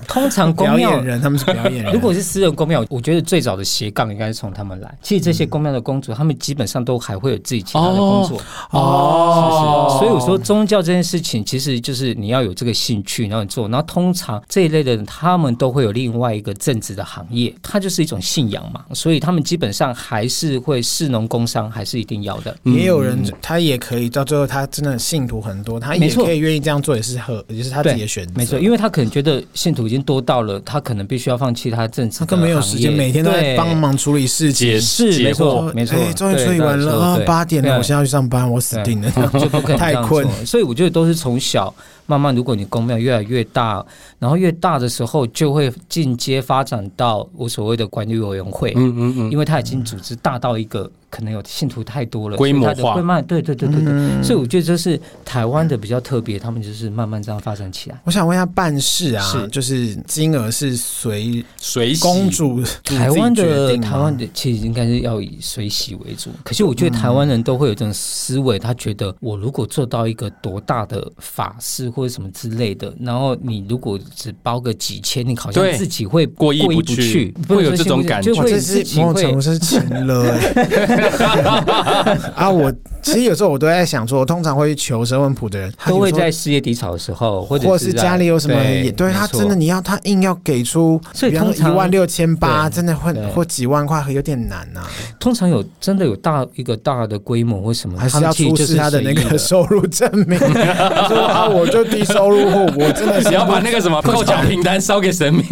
通常公
表
庙
演人，他们是表演人。
如果是私人公庙，我觉得最早的斜杠应该是从他们来。其实这些公庙的公主，他们基本上都还会有自己其他的工作，
哦
嗯所以我说宗教这件事情，其实就是你要有这个兴趣，然后你做。然后通常这一类的人，他们都会有另外一个正职的行业，它就是一种信仰嘛，所以他们基本上还是会士农工商，还是一定要
嗯
的。
也有人，他也可以到最后，他真的信徒很多，他
没
也
错
可以愿意这样做，也是合，也是他自己的选择。
没错，因为他可能觉得信徒已经多到了，他可能必须要放弃他正职的
他
行业，
根本没有时间，每天都在
对
帮忙处理事情。
解
是
解
没
惑
错
说，
没错
哎，终于
对
处理完
没
了
错
啊，
对
八点了，
对啊
我现在要去上班，我死定了。
就不可能这
太
样
困
做。所以我觉得都是从小慢慢，如果你公庙越来越大，然后越大的时候，就会进阶发展到我所谓的管理委员会。
嗯嗯嗯，
因为它已经组织大到一个可能有信徒太多了，
规模化
所以它的会慢，对对对对对，
嗯
所以我觉得这是台湾的比较特别，他们就是慢慢这样发展起来。
我想问一下，办事啊，
是
就是金额是随
水洗
公主主
台湾
自己决
的
定吗
台湾的其实应该是要以水洗为主，可是我
嗯
觉得台湾人都会有这种思维，他觉得我如果做到一个多大的法事或者什么之类的，然后你如果只包个几千，你好像
对
自己会
过意不
不
去
去，
会
不
有
能
这
说
种
心不
感
就
觉
哇
会
这
自
是
己
某种程度
会
是情了、欸。 啊，我其实有时候我都在想说，我通常会去求神问卜的人，他
都会
有时候
在事业低潮的时候，或者
或是
在
家里有什么也，
对
对他
没错
真的你要他硬要给出，
所以
比方
通常
说一万六千八，
对
真的会
对
或几万块有点难啊呐、
通常有真的有大一个大的规模或什么，
还是
嗯他们
要
其实
出
就
示
是
他的那
随意。
个 收入证明。他说啊，我就低收入户，我真的是
只要把那个什么扣缴凭单烧给神明，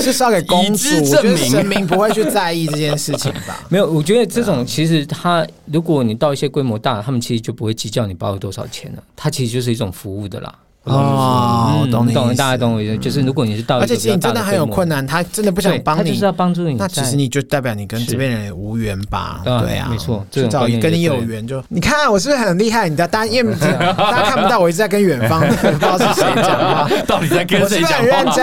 是烧给公
已
主
知，证
我觉得
明
神明不会去在意这件事情吧
没有，我觉得这种其实他，如果你到一些规模大，他们其实就不会计较你包了多少钱了，它其实就是一种服务的啦。
哦
嗯
懂你
懂
意思
大家懂我意思，就是如果你是 到
而
一个
且
比
其实
较
你
大
真的很
规
有
模，
困难，他真的不
不
想帮
他就
你
是，要帮助你在。
那其实你就代表你跟这边人也无缘吧？
是
对啊，
啊没错这
至
种
少
观念
跟你
就对
有缘就。你看我是不是很厉害？你的大家因为 大家看不到，我一直在跟远方不知道是谁讲
啊
话。
到底在跟
我是
谁
不是
讲
很认
话？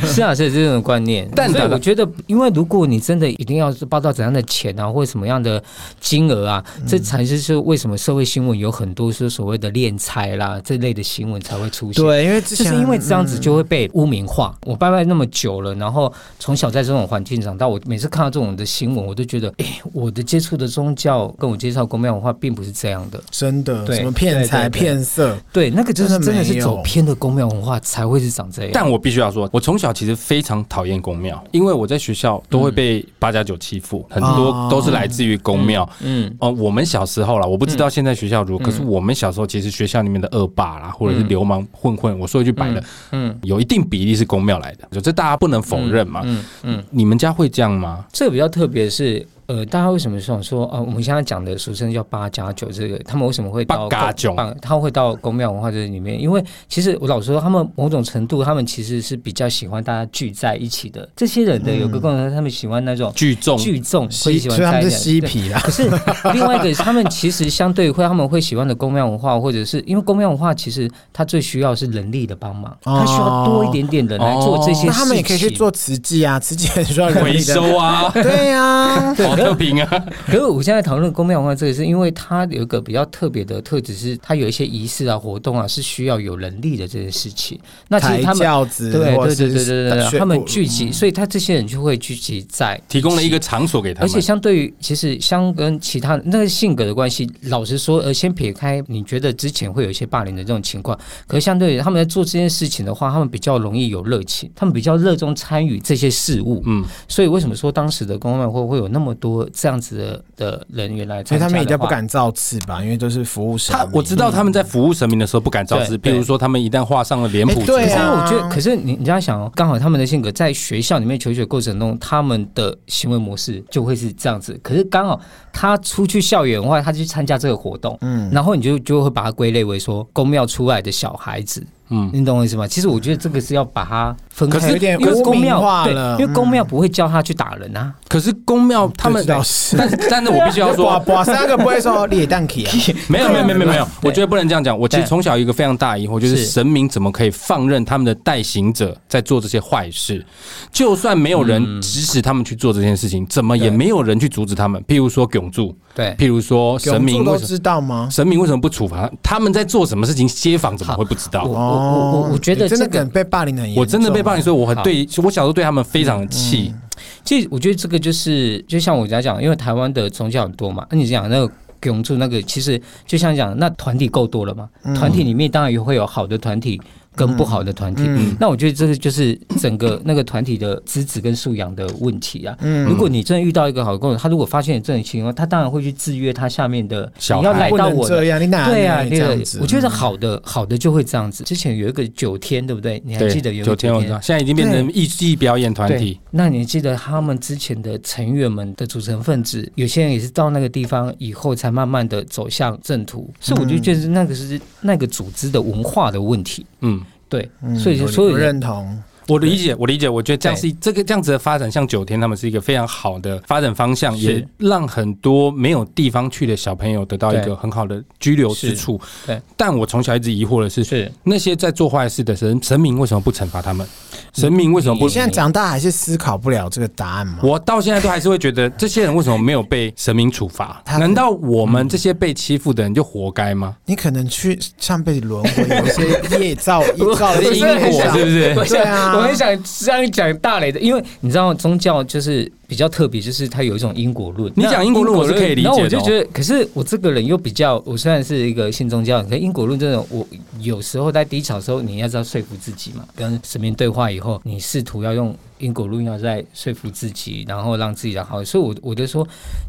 真？
是啊，是这种观念。啊
但
所以
但
我觉得，因为如果你真的一定要是报到怎样的钱啊，或者什么样的金额啊，
嗯
这才是是为什么社会新闻有很多是所谓的敛财啦这类的新闻才会出现。
对，因为之
就
前
是因为嗯这样子就会被污名化。我拜拜那么久了，然后从小在这种环境长大，我每次看到这种的新闻，我都觉得，哎、我的接触的宗教跟我介绍公庙文化并不是这样的。
真的
对
什么骗财
对对对
骗色，
对，那个就是
真的
真的
没
是
有
走偏的公庙文化才会是长这样。
但我必须要说，我从小其实非常讨厌公庙，因为我在学校都会
嗯
被八加九欺负，很
哦
多都是来自于公庙。
嗯，
哦，我们小时候啦，我不知道现在学校如何，可是我们小时候其实学校里面的恶霸啦，或者是流氓混混，我说一句白的，嗯
嗯，
有一定比例是公庙来的，就这大家不能否认嘛。
嗯嗯，
你们家会这样吗？
这个比较特别是，呃，大家为什么想说啊？我们现在讲的俗称叫八加九，这个他们为什么会到
八加
公
九
八他们会到公庙文化这里面？因为其实我老实说，他们某种程度，他们其实是比较喜欢大家聚在一起的。这些人的有个共同，他们喜欢那种
聚众
聚众，会
嬉
喜
所
欢
以他
在
们
一
是
起
嬉
对
皮啦。
可是另外一个，他们其实相对会，他们会喜欢的公庙文化，或者是因为公庙文化，其实它最需要是人力的帮忙，它需要多一点点人来做这些 事情。
哦那他们也可以去做慈济啊，慈济很需要人
回
力的。，
收啊
对呀、
保特瓶啊，
可是我现在讨论公庙文化这个，是因为它有一个比较特别的特质，是它有一些仪式啊、活动啊，是需要有人力的这件事情。那其
抬
实他们
轿子，
对对
或者
对对
是嗯
对对对
学
对，他们聚集，所以他这些人就会聚集在
提供了一个场所给他
而且
们。
相对于，其实相跟其他那个性格的关系，老实说，呃，先撇开你觉得之前会有一些霸凌的这种情况，可是相对于他们在做这件事情的话，他们比较容易有热情，他们比较热衷参与这些事物。
嗯，
所以为什么说当时的公庙会会有那么多这样子的的人员来
所
参
以
加
他
的话，
们一定不敢造次吧，因为都是服务生。嗯
他我知道他们在服务神明的时候不敢造次，
对
譬如说他们一旦画上了脸谱
哎
之
对
可是
后，
啊
我觉得，可是你你这样想哦，刚好他们的性格在学校里面求学过程中，他们的行为模式就会是这样子。可是刚好他出去校园的话，他去参加这个活动，嗯，然后你就就会把他归类为说公庙出来的小孩子，嗯，你懂我意思吗？其实我觉得这个是要把它分开，
可是有点
因为
污
公
名
庙
化
对
了，嗯
因为公庙不会教他去打人啊，
可是公庙他们
这倒是
但但是我必须要
哇
说，
哇，三个不会说裂蛋体啊，
没有没有没有没有没有，
对
我觉得不能这样讲。我其实
对
从小有一个非常大的疑惑，就是
是
神明怎么可以放任他们的代行者在做这些坏事？就算没有人指使他们去做这件事情，怎么也
对
没有人去阻止他们？譬如说永住，
对。
譬如说神
永
明
住
为
都
什么
知道吗？
神明为什么不处罚他们在做什么事情？街坊怎么会不知道
我？我我我觉得
你哦真的
这个
可能被霸凌的很严重啊
我真的被霸凌，所以我很
啊好嗯
对我小时候对他们非常的气。
其实我觉得这个就是，就像我刚才讲，因为台湾的宗教很多嘛，那你讲那个。永住那个其实就像讲，那团体够多了嘛？团体里面当然也会有好的团体跟不好的团体。那我觉得这个就是整个那个团体的资质跟素养的问题啊。如果你真的遇到一个好的工人，他如果发现你这种情况，他当然会去制约他下面的，
小
你要
孩
来
不
到
能
我的
这样，你哪
对啊，
能
那
这
个
样子？
我觉得好的好的就会这样子。之前有一个九天，对不对？你还记得有一
九
个
天我知道，现在已经变成艺伎表演团
对，
体，
那你记得他们之前的成员们的组成分子，有些人也是到那个地方以后才慢慢的走向正途，所以我就觉得那个是那个组织的文化的问题。
嗯。
对，
嗯
所以就
我
所有
不
人
认同，
我理解，我理解，我觉得这样是这个这样子的发展，像九天他们是一个非常好的发展方向，
是
也让很多没有地方去的小朋友得到一个
对
很好的居留之处。
对，
但我从小一直疑惑的是，
是
那些在做坏事的神神明为什么不惩罚他们？神明为什么不
我？现在长大还是思考不了这个答案嘛。
我到现在都还是会觉得，这些人为什么没有被神明处罚？
他
难道我们嗯这些被欺负的人就活该吗？
你可能去上辈子轮回有一些业造，业造的
是
因
因果
果
是不是？
我
对
想，
啊
我很想这样讲大雷的，因为你知道宗教就是比较特别，就是它有一种因果论。
你
那
讲因果论我是可以理解的哦
然后我就觉得，可是我这个人又比较，我虽然是一个信宗教，可因果论这种，我有时候在低潮的时候，你要知道说服自己嘛，跟神明对话以后，你试图要用因果论要在说服自己，然后让自己的好。所以我，我就说，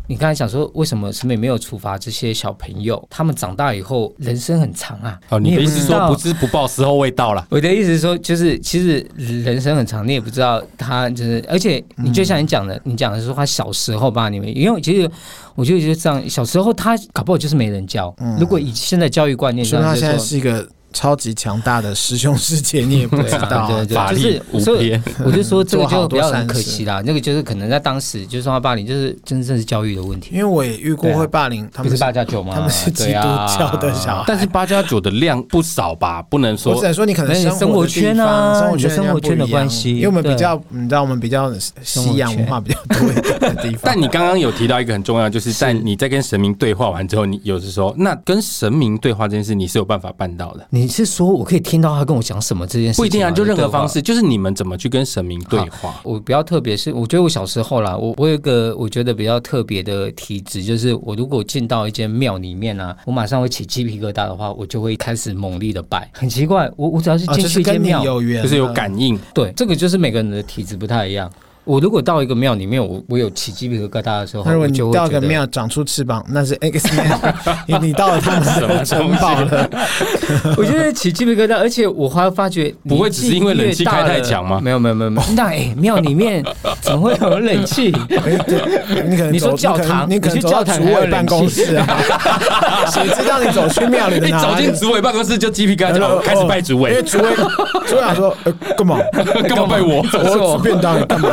你刚才讲说，为什么神明没有处罚这些小朋友？他们长大以后，人生很长啊。
哦，你
也
的意
不
思是
知
说
道
不知不报，时候未到了？
我的意思是说，就是其实人生很长，你也不知道他就是，而且你就像你讲的，你讲的是说他小时候吧，你们因为其实我就觉得这样，小时候他搞不好就是没人教。如果以现在教育观念
说
上，
明他
就
现在
说
是一个超级强大的师兄师姐，你也不知
对啊
道啊
对。对
法力
就
无
是所以
边。
我就 说这
做
个就
好
比
多
较
善
很可
事
惜啦，那个就是可能在当时就是说霸凌，就是真正是教育的问
因
题，
为我也遇过会霸凌，他
不
们
是八加九吗？
他们是基督
对啊
教的小孩。
但是八加九的量不少吧？不能
我
说
只能说你可能
那你
生活的地
啊生活圈啊
方生活圈
你的生活圈的关系
因为我们比
对
较，你知道，我们比较西洋文化比较多一点的地方。
但你刚刚有提到一个很重要，就是在你在跟神明对话完之后，你有的时候那跟神明对话这件事，你是有办法办到的，
你是说我可以听到他跟我讲什么这件事情吗？
不一定啊，就任何
对话
方式，就是你们怎么去跟神明对话。
我比较特别是，我觉得我小时候啦，我我有一个我觉得比较特别的体质，就是我如果进到一间庙里面啊，我马上会起鸡皮疙瘩的话，我就会开始猛力的拜。很奇怪，我我只要是
啊，
进
就是
去一间
跟你
庙，
有缘，
就是有。感应，
对，这个就是每个人的体质不太一样。我如果到一个庙里面，我我有起鸡皮疙瘩的时候，
那如果
我
你
就会
到
觉
个
得。
庙长出翅膀，那是 X Man，你你到了他们的
啊
城堡了，
我觉得起鸡皮疙瘩，而且我还发觉
不会只是因为冷气开太强吗
没有没有没有 没有，那哎庙里面怎么会有冷气？
哎你可能
你说
走
教堂
你可能你可能
你去
走到
教堂
主
还有
委
冷
办公室啊，谁知道你走去庙里 的
一
哪
走
里
哎进主委办公室就鸡皮疙
然后
瘩，
哦
开始拜主
因为
委，
主委主委想说，呃，哎干嘛？
干嘛拜我？
我吃便当，你干嘛？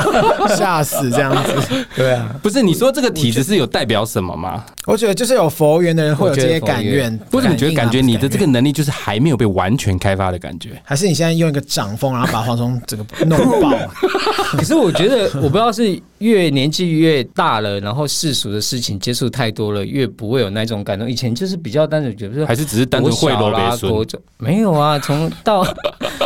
吓死这样子。
对啊，
不是你说这个体质是有代表什么吗？
我觉得就是有佛缘的人会有这些感愿，
为什么觉得
应啊
感觉你的
不
这
是
个能力就是还没有被完全开发的感觉？
还是你现在用一个掌风，然后把黄忠整个弄爆？啊
可是我觉得，我不知道是越年纪越大了，然后世俗的事情接触太多了，越不会有那种感动。以前就是比较单纯，觉得说
还是只是单纯贿
国
赂
小啦
别孙
国中没有啊，从到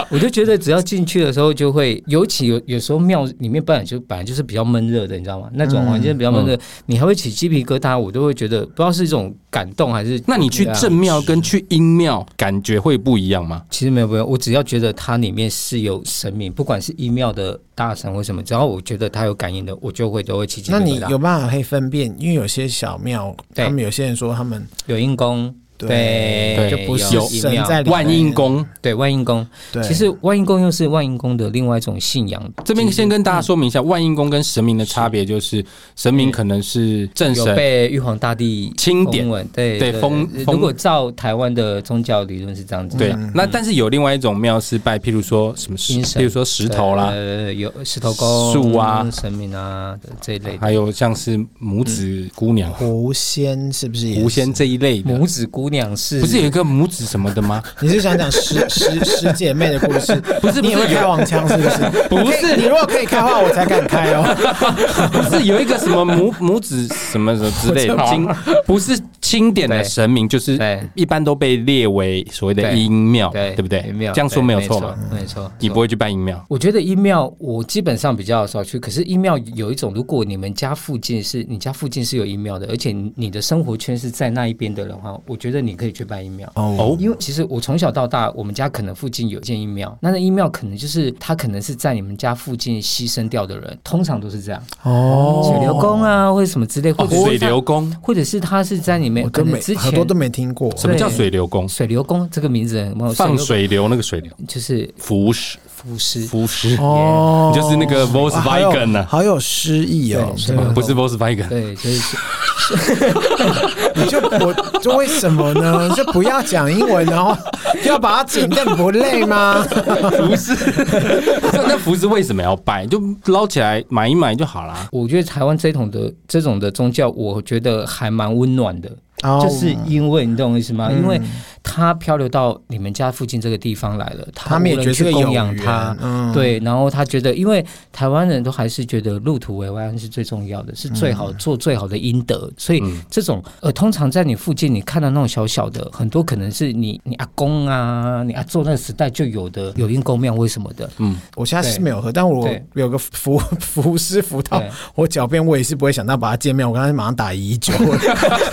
我就觉得只要进去的时候就会，尤其有有时候庙里面本来就本来就是比较闷热的，你知道吗？那种环境比较闷
嗯
热，你还会起鸡皮疙瘩，我都会觉得不知道是一种感动还是。啊
那你去正庙跟去阴庙感觉会不一样吗？
其实没有没有，我只要觉得它里面是有神明，不管是一庙的大神或什么，只要我觉得它有感应的，我就会都会起鸡皮
那
疙瘩。
你有办法可以分辨？因为有些小庙，
对
他们有些人说他们
有印功，
对
对
对，就不是
有
一
神
庙
在里面
万应宫
对万应宫。
对，
其实万应宫又是万应宫的另外一种信仰，
这边先跟大家说明一下，万应宫跟神明的差别就是，神明可能是正
有
神，
被玉皇大帝
钦点
公文，对
对封封
如果照台湾的宗教理论是这样子，
对。那但是有另外一种庙是拜，譬如说什么石，
嗯阴神
譬如说石头啦，
呃，有石头公、
树啊
神明啊这一类的。
还有像是母子姑娘、
嗯
狐仙是不是也是？
狐仙这一类的，
母子姑娘是
不是有一个母子什么的吗？
你是想讲 师师师姐妹的故事？
不是
你也
不
会
是
开黄腔是不是？
不
可以你
是
如果可以开话，我才敢开哦。
不是有一个什么母母子什么什么之类
我知
的
道
经，不是清点的
对
神明，就是
对
一般都被列为所谓的
对
阴庙，
对
对不对
阴庙？
这样说
对
没
没
有错嘛？？
没错，
你不会去拜阴庙？
我觉得一庙我基本上比较少去，可是一庙有一种，如果你们家附近是你家附近是有一庙的，而且你的生活圈是在那一边的人话，我觉得你可以去拜一庙。
哦
因为其实我从小到大，我们家可能附近有一间一庙，那那一庙可能就是他可能是在你们家附近牺牲掉的人，通常都是这样，
哦
水流公啊或者什么之类，或
哦，
者是
水流宫，
或者是他是在你们
我
可
都
能
没
之
很
前
多都没听过。
什么叫水流宫？
水流公这个名字有没有
放
流
水流那个水流，
就是
浮尸，
浮尸，
浮尸，
哦
你就是那个
哇好有
Volkswagen 啊，
好有诗意哦。
对
真的
不是 Volkswagen。
对，就是
你就我就为什么 呢？就不要讲英文，然后要把它剪掉，不累吗？
浮尸，那浮尸为什么要拜？就捞起来买一买就好啦。
我觉得台湾这种的这种的宗教，我觉得还蛮温暖的，
哦嗯
就是因为你懂我意思吗？因为它漂流到你们家附近这个地方来了，
他们也
无人
觉得
去
这个
供
有
养
缘
它，
嗯
对，然后他觉得，因为台湾人都还是觉得入土为安是最重要的，是最好、
嗯
做最好的阴德，所以这种呃，通常在你附近你看到那种小小的，很多可能是你你阿公啊，你阿做那个时代就有的有阴公庙或什么的，
我现在是没有喝，但我
对
有个服 服师服到
对
我脚边，我也是不会想到把它见面，我刚才马上打一 九。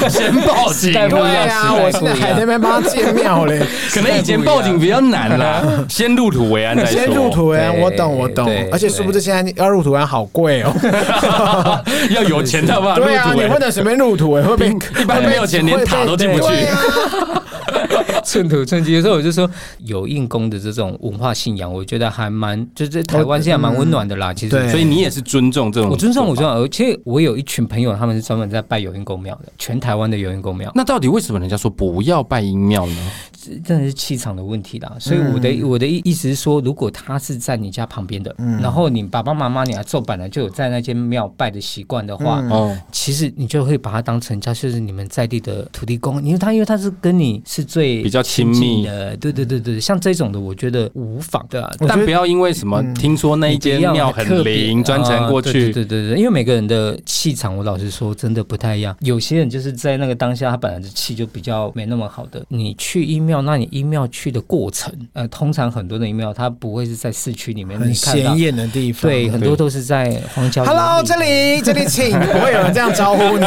先报警
代不一
对
样
啊，
时代
我
不
现在
一样
还在那边帮他见面 嘞。
可能以前报警比较难啦，先入土为安再说。
先入土安，
对
我懂我懂
对，
而且殊不知现在要入土安好贵哦。
要有钱才吧？入
对啊，
土
你不
为
能随便入土哎，会被
一般没有钱连塔都进不去。
对啊
寸土寸金。有时候我就说，有印公的这种文化信仰，我觉得还蛮，就是台湾现在蛮温暖的啦。其实
哦对
所以你也是哎尊重这种，
我尊重，我尊重，而且我有一群朋友，他们是专门在拜有印公庙的，全台湾的有印公庙。
那到底为什么人家说不要拜阴庙呢？
真的是气场的问题啦。所以我的、
嗯
我的意意思是说，如果他是在你家旁边的，然后你爸爸妈妈、你阿祖本来就有在那间庙拜的习惯的话。
哦，
其实你就会把它当成家，就是你们在地的土地公，因为他因为他是跟你是最
比较亲密嗯
近的，对对对对，像这种的，我觉得无妨的啊。
但不要因为什么听说那一间
你不要
庙
特
很
别
灵，专程过
啊
去
对对对对，因为每个人的气场，我老实说真的不太一样。有些人就是在那个当下，他本来的气就比较没那么好的。你去阴庙，那你阴庙去的过程，呃，通常很多的阴庙，它不会是在市区里面
很
你看到
显，眼的地方。
对，很多都是在荒郊野岭。
Hello，这里这里请，不会有人这样招 呼你，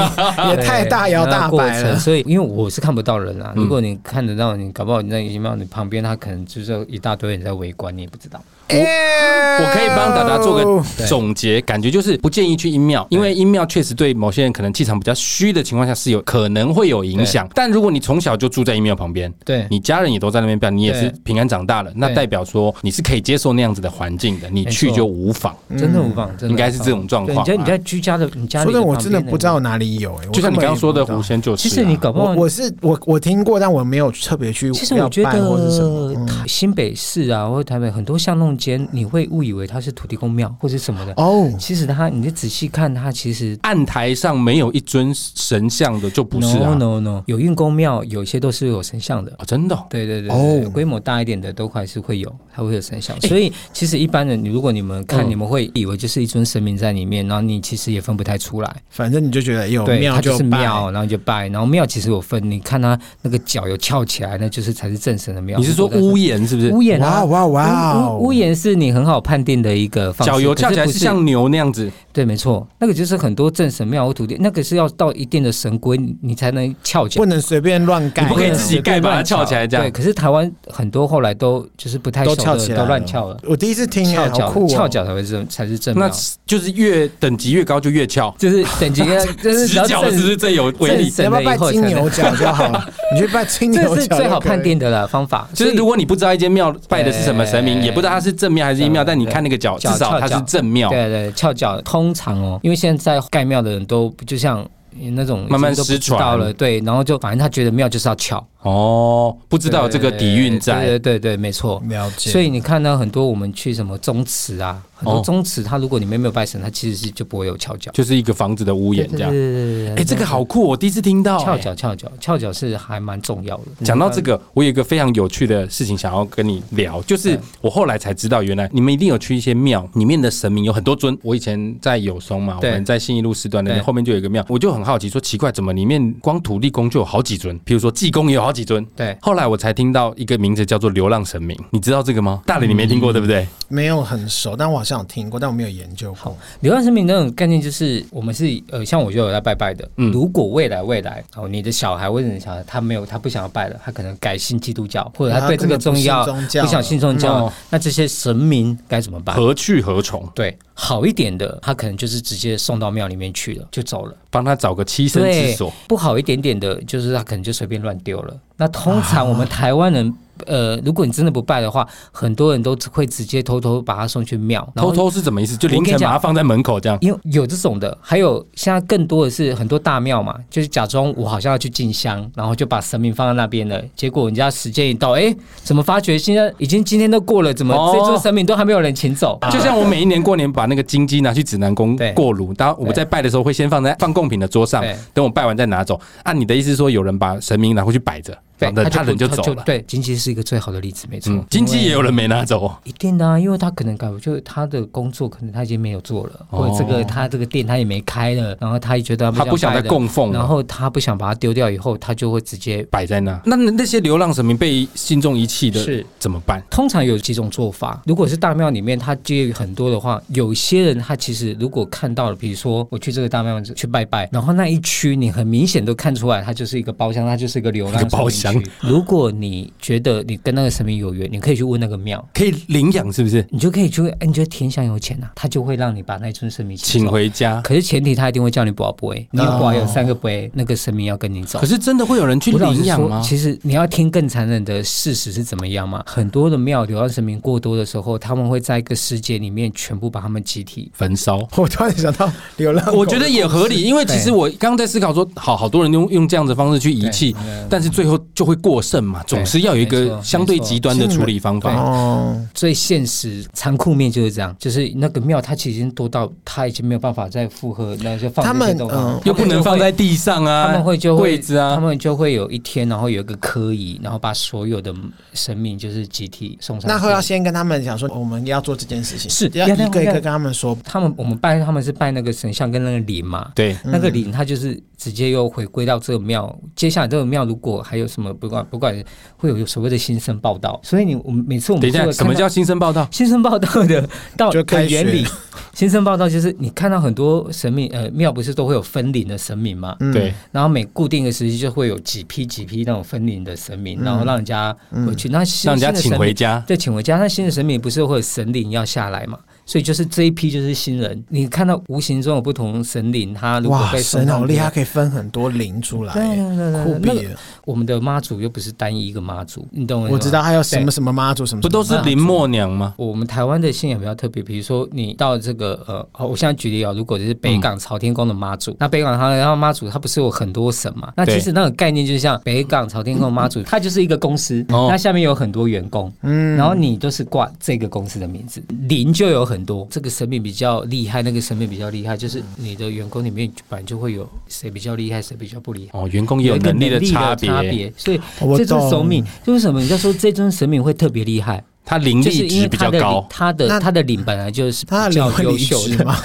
也
对
太大摇大
那过
摆
程
了。嗯
所以，因为我是看不到人啊，如果你看得到，你搞不好你在阴庙，你旁边他可能就是有一大堆人在围观，你也不知道。
我
我可以帮达达做
哦
个总结，感觉就是不建议去阴庙，因为阴庙确实对某些人可能气场比较虚的情况下是有可能会有影响。但如果你从小就住在阴庙旁边，
对
你家人也都在那边拜，你也是
对
平安长大了，那
对
代表说你是可以接受那样子的环境的，你去
没错
就无妨。
真的无妨，真的
应该是
无妨
这种状况
对你觉得
吧
你在居家的，你家里
嗯说
的
真的，我
旁
真
边
的不知道哪里有哎，
就像你刚刚说的狐
仙。
仙就是啊、
其实你搞不好，
我我是我我听过，但我没有特别去
其实
要
我觉
办或是什么。嗯
得台新北市啊，或者台北很多巷弄间，你会误以为为它是土地公庙或者什么的。
哦，
其实它，你就仔细看它，其实
案台上没有一尊神像的就不是啊
no，no no，有运公庙，有些都是有神像的。
哦真的哦
对对对
哦
对，对规模大一点的都还是会有，它会有神像。所以其实一般人，如果你们看，
嗯
你们会以为就是一尊神明在里面，然后你其实也分不太出来。
反正你就觉得
哦
有
对，
庙
它就是
拜，
庙，然后你就拜，然后庙其实有分，你看它那个脚有翘起来，那就是才是正神的庙。
你是说屋檐是不是？
屋檐
哇
啊？
哇哇！
屋屋屋檐是你很好判定的一个方式，
哦脚油
可是
翘起来
不
是像牛那样子，
对，没错，那个就是很多正神庙或土地，那个是要到一定的神规，你你才能翘起来
不。能随便乱盖，
你不可以自己盖把它翘起来这样
对，可是台湾很多后来都就是不太
都
熟的
翘起来，
都乱翘了，。
我第一次听，
翘
哎
脚、
好酷哦！
翘脚才会正才是正
那
庙，
就是越等级越高就越翘。
就是等级就是
直
只要
角是不
正
是最有威
正
力？
你要
神
不
了
要
以
拜
后
金
才
牛
能。
角就好 了？你去拜金牛角就
这
可以，
是最好判定的了方法，
就是如
果
果你不知道一间庙拜的是什么神明，
对
也不知道它是正庙还是阴庙，
对
但你看那个角，至
角
少它
翘
是
角
正庙。
对对翘脚，通常哦，因为现在盖庙的人都就像那种
慢慢
已经都不
失
知
传
道了，对，然后就反正他觉得庙就是要翘，
哦，不知道有这个底蕴
对
在
对对对，没错，
了解。
所以你看到很多我们去什么宗祠啊，很
哦
多宗祠，它如果里面没有拜神，它其实是就不会有翘脚。
就是一个房子的屋檐这样。哎，这个好酷，我第一次听到。
翘
哎
脚，翘脚，翘脚是还蛮重要的。
讲到这个，我有一个非常有趣的事情想要跟你聊，
嗯
就是我后来才知道，原来你们一定有去一些庙，里面的神明有很多尊。我以前在有松嘛，我
对
们在信义路四段那边
对
后面就有一个庙，我就很好奇说，奇怪，怎么里面光土地公就有好几尊？比如说济公也有好几尊。
对
后来我才听到一个名字叫做流浪神明，你知道这个
嗯
吗？大理你没听过对不对？
没有很熟，但我好像有听过，但我没有研究过。
流哦浪生命那种概念，就是我们是呃，像我就有在拜拜的。
嗯
如果未来未来哦，你的小孩或者你的小孩他没有他不想要拜了，他可能改信基督教，或者他对这个宗教
他根本不信宗教了
不想信宗
嗯
教
哦，
那这些神明该怎么办？
何去何从？
对，好一点的，他可能就是直接送到庙里面去了，就走了。
帮他找个栖身之
对
所。，
不好一点点的，就是他可能就随便乱丢了。那通常我们台湾人，呃，如果你真的不拜的话，很多人都会直接偷偷把他送去庙，然后
偷。偷是怎么意思？就凌
我跟
晨
你讲
把它放在门口这样。
因为有这种的，还有现在更多的是很多大庙嘛，就是假装我好像要去进香，然后就把神明放在那边了。结果人家时间一到，哎，怎么发觉现在已经今天都过了，怎么
哦啊
这尊神明都还没有人请走？
就像我每一年过年把那个金鸡拿去指南宫
对
过炉，当我在拜的时候会先放在放贡品的桌上
对，
等我拜完再拿走。按你的意思是说，有人把神明拿回去摆着，
对，
然后他
他
人就
就不
走了。
对，金鸡是一个最好的例子，没错。
嗯，金鸡也有人没拿走哦，
一定的、啊，因为他可能感觉就是他的工作可能他已经没有做了，
哦
或者这个他这个店他也没开了，然后他也觉得
他不想
拜
再
了
供奉了，
然后他不想把它丢掉，以后他就会直接。
摆在那。那那些流浪神明被信众遗弃的
是，
怎么办？
通常有几种做法，如果是大庙里面他接很多的话，有些人他其实如果看到了，比如说我去这个大庙去拜拜，然后那一区你很明显都看出来，它就是一个包厢，它就是一个流浪
一个包厢
神明区。如果你觉得你跟那个神明有缘，你可以去问那个庙。
可以领养是不是？
你就可以去，哎，你觉得田想有钱啊，他就会让你把那一尊神明请
请
走
回家。
可是前提他一定会叫你保杯，你保有三个杯，那个神明要跟你走
可。是真的会有人去
我老实
领养
说
吗？
其实你要听更残忍的事实是怎么样嘛？很多的庙流浪神明过多的时候，他们会在一个世界里面全部把他们集体。
焚烧。
我突然想到流浪狗，
我觉得也合理，因为其实
对
我刚刚在思考说，好好多人用用这样的方式去遗弃，但是最后就会过剩嘛，总是要有一
嗯没
个
错
相对极端的处理方法。
哦，
最现实、残酷面就是这样，就是那个庙它其实已经多到它已经没有办法再负荷，那啊就放
他
这些
们
东西
嗯，
又不能放在地上啊，
他们会就会
柜子
他
啊，
们就会有一天，然后有一个科仪，然后把所有的神明就是集体送上去。
那会要先跟他们讲说我们要做这件事情，
是
要
要
一个一
要
个跟他们说。
他们我们拜他们是拜那个神像跟那个灵嘛，
对，
那个灵它就是直接又回归到这个庙。接下来这个庙如果还有什么不管不管会有所谓的新生报道，所以你我们每次我们
等一
如
下，
果
什么
看到
叫新生报道？
新生报道的到
就开
的原理
学？
新生报道就是你看到很多神明呃庙不是都会有分灵的神明嘛，
嗯
对，
然后每固定的时期就会有几批几批那种分灵的神明，然后让人家回去，那
嗯
新
让人家
新的神
请
明
回家。
对，请回家。那新的神明不是会有神灵要下来嘛？所以就是这一批就是新人，你看到无形中有不同神灵，他如果
哇，
被送
神
到
好厉
别
害，可以分很多零出来
对
耶，
对对对
酷
对那
毙了！
我们的妈祖又不是单一一个妈祖，你懂我意思吗
我知道。还有什么什么妈祖什么，
不都是林默娘吗？
我们台湾的信仰比较特别，比如说你到这个呃，好，我现在举例啊、如果就是北港朝天宫的妈祖，那北港它然后妈祖它不是有很多神嘛？
嗯
那
对
其实那个概念就像北港朝天宫的妈祖，它就是一个公司，
哦
那下面有很多员工，
嗯
然后你就是挂这个公司的名字，灵就有很多，这个神明比较厉害，那个神明比较厉害，就是你的员工里面本来就会有谁比较厉害，谁比较不厉害。
哦，员工也
有
有
一个
能力的
的
差
别，
别，
所以
我
这
懂
尊神明就是什么？人家说这尊神明会特别厉害，
他灵
就是
力
因为
值比
他
较
的
高
领。他的
那
他的领本来就是
他的
比
灵
较
会
优
离
秀
职
的，
吗？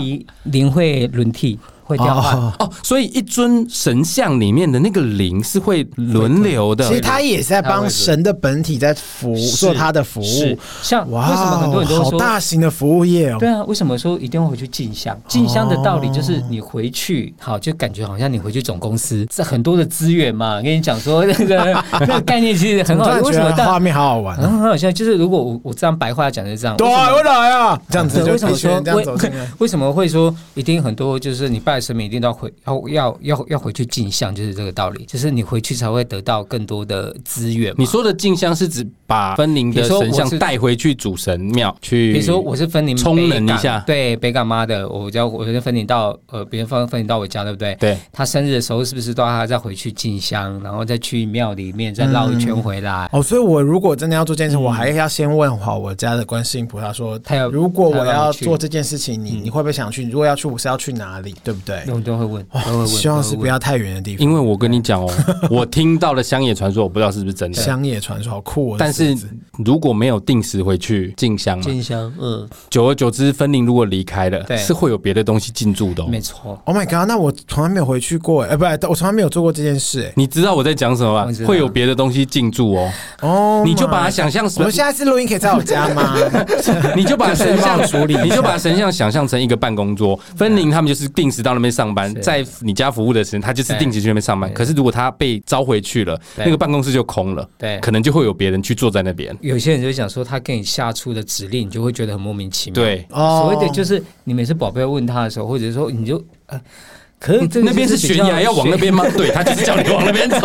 灵灵会轮替，会调换。
哦，
哦，所以一尊神像里面的那个灵是会轮流的，
其实他也是在帮神的本体在服务，做他的服
是
务。
像为
哇
什么很多
哦，
人都
好
说
大型的服务业哦
对！啊，为什么说一定会回去进香？进香的道理就是你回去，好就感觉好像你回去总公司，这很多的资源嘛。跟你讲说那 个那个概念其实很
我突
好，
然
为
觉
什么
得画
大？
面好好玩
然
啊。
后很好笑，就是如果我我这样白话讲就是这样，
对
为什
啊，
么
我来啊！这样子
对，
就
为什么
一群
说
人这样走进来？
为什么会说一定很多？就是你拜神明一定都要回要要要要回去进香，就是这个道理。就是你回去才会得到更多的资源嘛。
你说的进香是指把分灵的
比如说
神像
我是
带回去主神庙去？
比如说我是分灵
充
北
能一
港
下
对北港妈的，我叫我就分灵到呃别人分分灵到我家，对不对？
对，
他生日的时候是不是都要他再回去进香，然后再去庙里面再绕一圈回来？
哦，所以我如果真的要做这件事，我还要先问好我家的观世音菩萨说，
他要
如果我
他要
要
让你去
做这件事情，你你会不会想去？如果要去，我是要去哪里？对不对？
我都会问，都会
哦
问，
希望是
都
不
会问
要太远的地方。
因为我跟你讲哦， 我听到了乡野传说，我不知道是不是真的。
乡野传说好酷哦，
但
这
是
名字
如果没有定时回去进香嘛，
进香，嗯，
久而久之，分灵如果离开了，
对
是会有别的东西进驻的、哦。
没错。
Oh my god！那我从来没有回去过，哎、不，我从来没有做过这件事，哎。
你知道我在讲什么
我
吗
知？道 Oh
会有别的东西进驻哦，
哦、
你就把它想象
我
成
们，下次录音可以在我家 吗？
你就把神
帮
像
我处理一下
你就把神像想象成一个办公桌。分灵他们就是定时到那边上班，
啊是
在你家服务的时间，他就是定时去那边上班。
对
可是如果他被召回去了，
对
那个办公室就空了，
对
可能就会有别人去坐在那边。
有些人就想说，他给你下出的指令，你就会觉得很莫名其妙。，
对，
哦
所谓的就是你每次宝贝问他的时候，或者说你就，呃可是这
嗯
个
那边
就是是比
悬
较
崖，要往那
悬
边吗？ 对，他就是叫你往那边 走。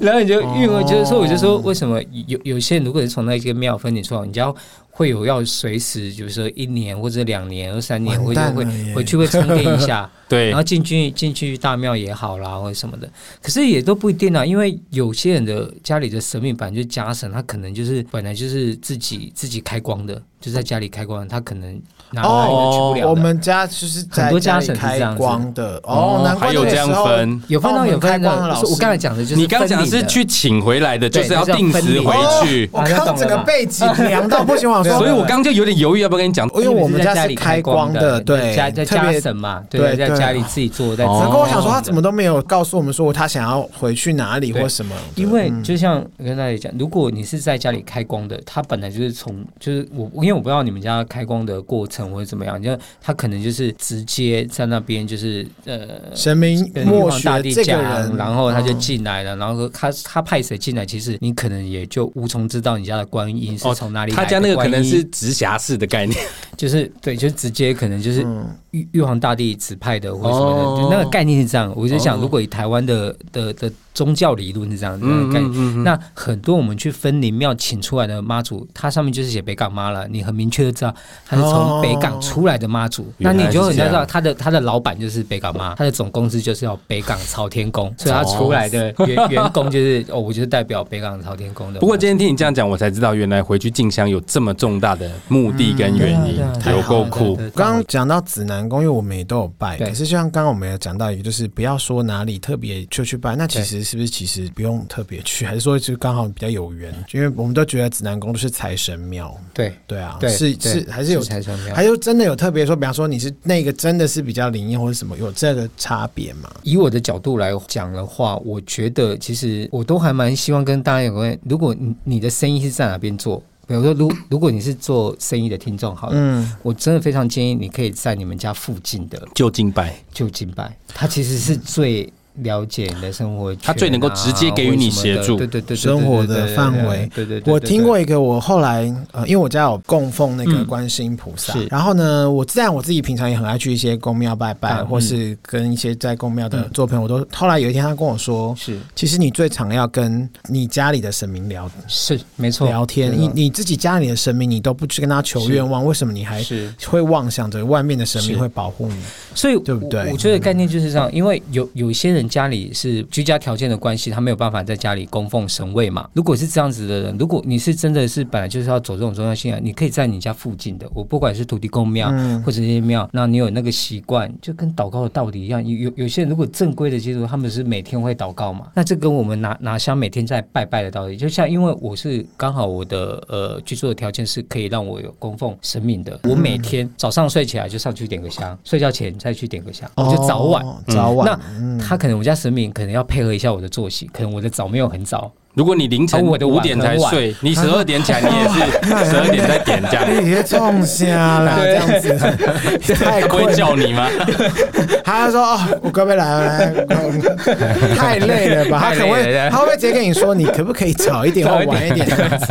然后你就因为我就是说，
哦
我就说为什么有有些人如果是从那个庙分离出来，你就要会有要随时，比如说一年或者两年或三年，
完
会
蛋
就
了
会
耶
回去会沉淀一下，
对
然后，进去进去大庙也好啦，或者什么的。可是也都不一定啊，因为有些人的家里的神明本来就是家神，他可能就是本来就是自己自己开光的，就在家里开光，他可能拿来
哦
去不了的。
我们家就是在
很多家
里
省是这
开
样子
光的哦，难怪
还有
那个
这样
时候
分。
有分
帮
到
我们
有分
开光的
的，
老
是我
师
刚才讲的就是
你刚讲的
分离
是
的
去请回来的，就
对
是要
就是要
定时回
分
去。
哦我
啊那
刚
懂
整个
了
背景凉到不行，我说，
所以 我刚就有点犹豫要不要跟你讲。
哎
因为我们家
家
是开光的，对，
家在
特
家
别
神嘛，
对
对，在
对
家里自己做，在
哦
难
自己
怪我想说，他怎么
做的。
都没有告诉我们说他想要回去哪里
对
或什么的，
因为就像我跟大家讲，如果你是在家里开光的，他本来就是从就是我，因为我不知道你们家开光的过程或者怎么样，就他可能就是直接在那边就是呃
神明
跟玉
默
皇
许
大帝
这个
讲，
人，
然后他就
嗯
进来了，然后他他派谁进来，其实你可能也就无从知道你家的观音是从哪里来的
哦他家那个可能
观音
是直辖市的概念，
就是对，就直接可能就是玉玉皇大帝指派的或者什么的，
哦
就那个概念是这样。我就想，
哦
如果以台湾的的的宗教理论是这样子
嗯
的概念。
嗯嗯，
那很多我们去分灵庙请出来的妈祖，它上面就是写北港妈了，你很明确的知道它是从北港出来的妈祖，那
原来
你
是
就很
这
知
样
道它的它的老板就是北港妈，它的总公司就是要北港朝天宫，所以它出来的员员工就是哦，我就是代表北港朝天宫的。
不过今天听你这样讲，我才知道原来回去进香有这么重大的目的跟原因
对啊对啊，对啊
有够
对啊
酷
对。啊对啊
刚刚讲到指南宫，因为我们也都有拜，
对
可是就像刚刚我们有讲到一个，就是不要说哪里特别就去拜，那其实是不是其实不用特别去，还 是说就刚好比较有缘？因为我们都觉得指南宫就是财神庙，
对
对啊，
对
是
对
是还是有。
财神庙
还。有真的有特别说，比方说你是那个真的是比较灵验或者什么，有这个差别吗？
以我的角度来讲的话，我觉得其实我都还蛮希望跟大家有关。如果你你的生意是在哪边做，比如说如如果你是做生意的听众，好了，
嗯，
我真的非常建议你可以在你们家附近的
就近拜，
就近拜，它其实是最。了解你的生活圈啊、
它最能够直接给予你协助
对对对对对对对
生活的
对对
范围
对对对对对
我听过一个，我后来呃，因为我家有供奉那个观世音菩萨，
嗯是
然后呢，我自然我自己平常也很爱去一些宫庙拜拜，
嗯
或是跟一些在宫庙的做朋友，我都后来有一天他跟我说，
是
其实你最常要跟你家里的神明聊
是没错，
聊天，
对
你
的
你自己家里的神明你都不去跟他求
是
愿望，为什么你还
是
会妄想着外面的神明
是
会保护你？
所以我
对不对
我觉得概念就是这样，因为有有些人人家里是居家条件的关系，他没有办法在家里供奉神位嘛。如果是这样子的人，如果你是真的是本来就是要走这种宗教信仰，你可以在你家附近的，我不管是土地公庙或者这些庙，那你有那个习惯，就跟祷告的道理一样。有有有些人如果正规的基督徒，他们是每天会祷告嘛，那这跟我们拿拿香每天在拜拜的道理，就像因为我是刚好我的呃居住的条件是可以让我有供奉神明的，我每天早上睡起来就上去点个香，睡觉前再去点个香，我就早晚。
哦早晚，
那他可能我家神明可能要配合一下我的作息，可能我的早没有 很早，
如果你凌晨
啊我的
五
碗
点才
很晚
睡，你十二点起来，你也 是十二点在点这样，
哎你别种下啦，这样 子太
不
困
会
了。
叫你吗？
他就说：“哦，我哥被来了，来太累了吧？他
太
可能
累
会，
了对
他会不会直接跟你说，你可不可以早一点或
早一点
晚一点？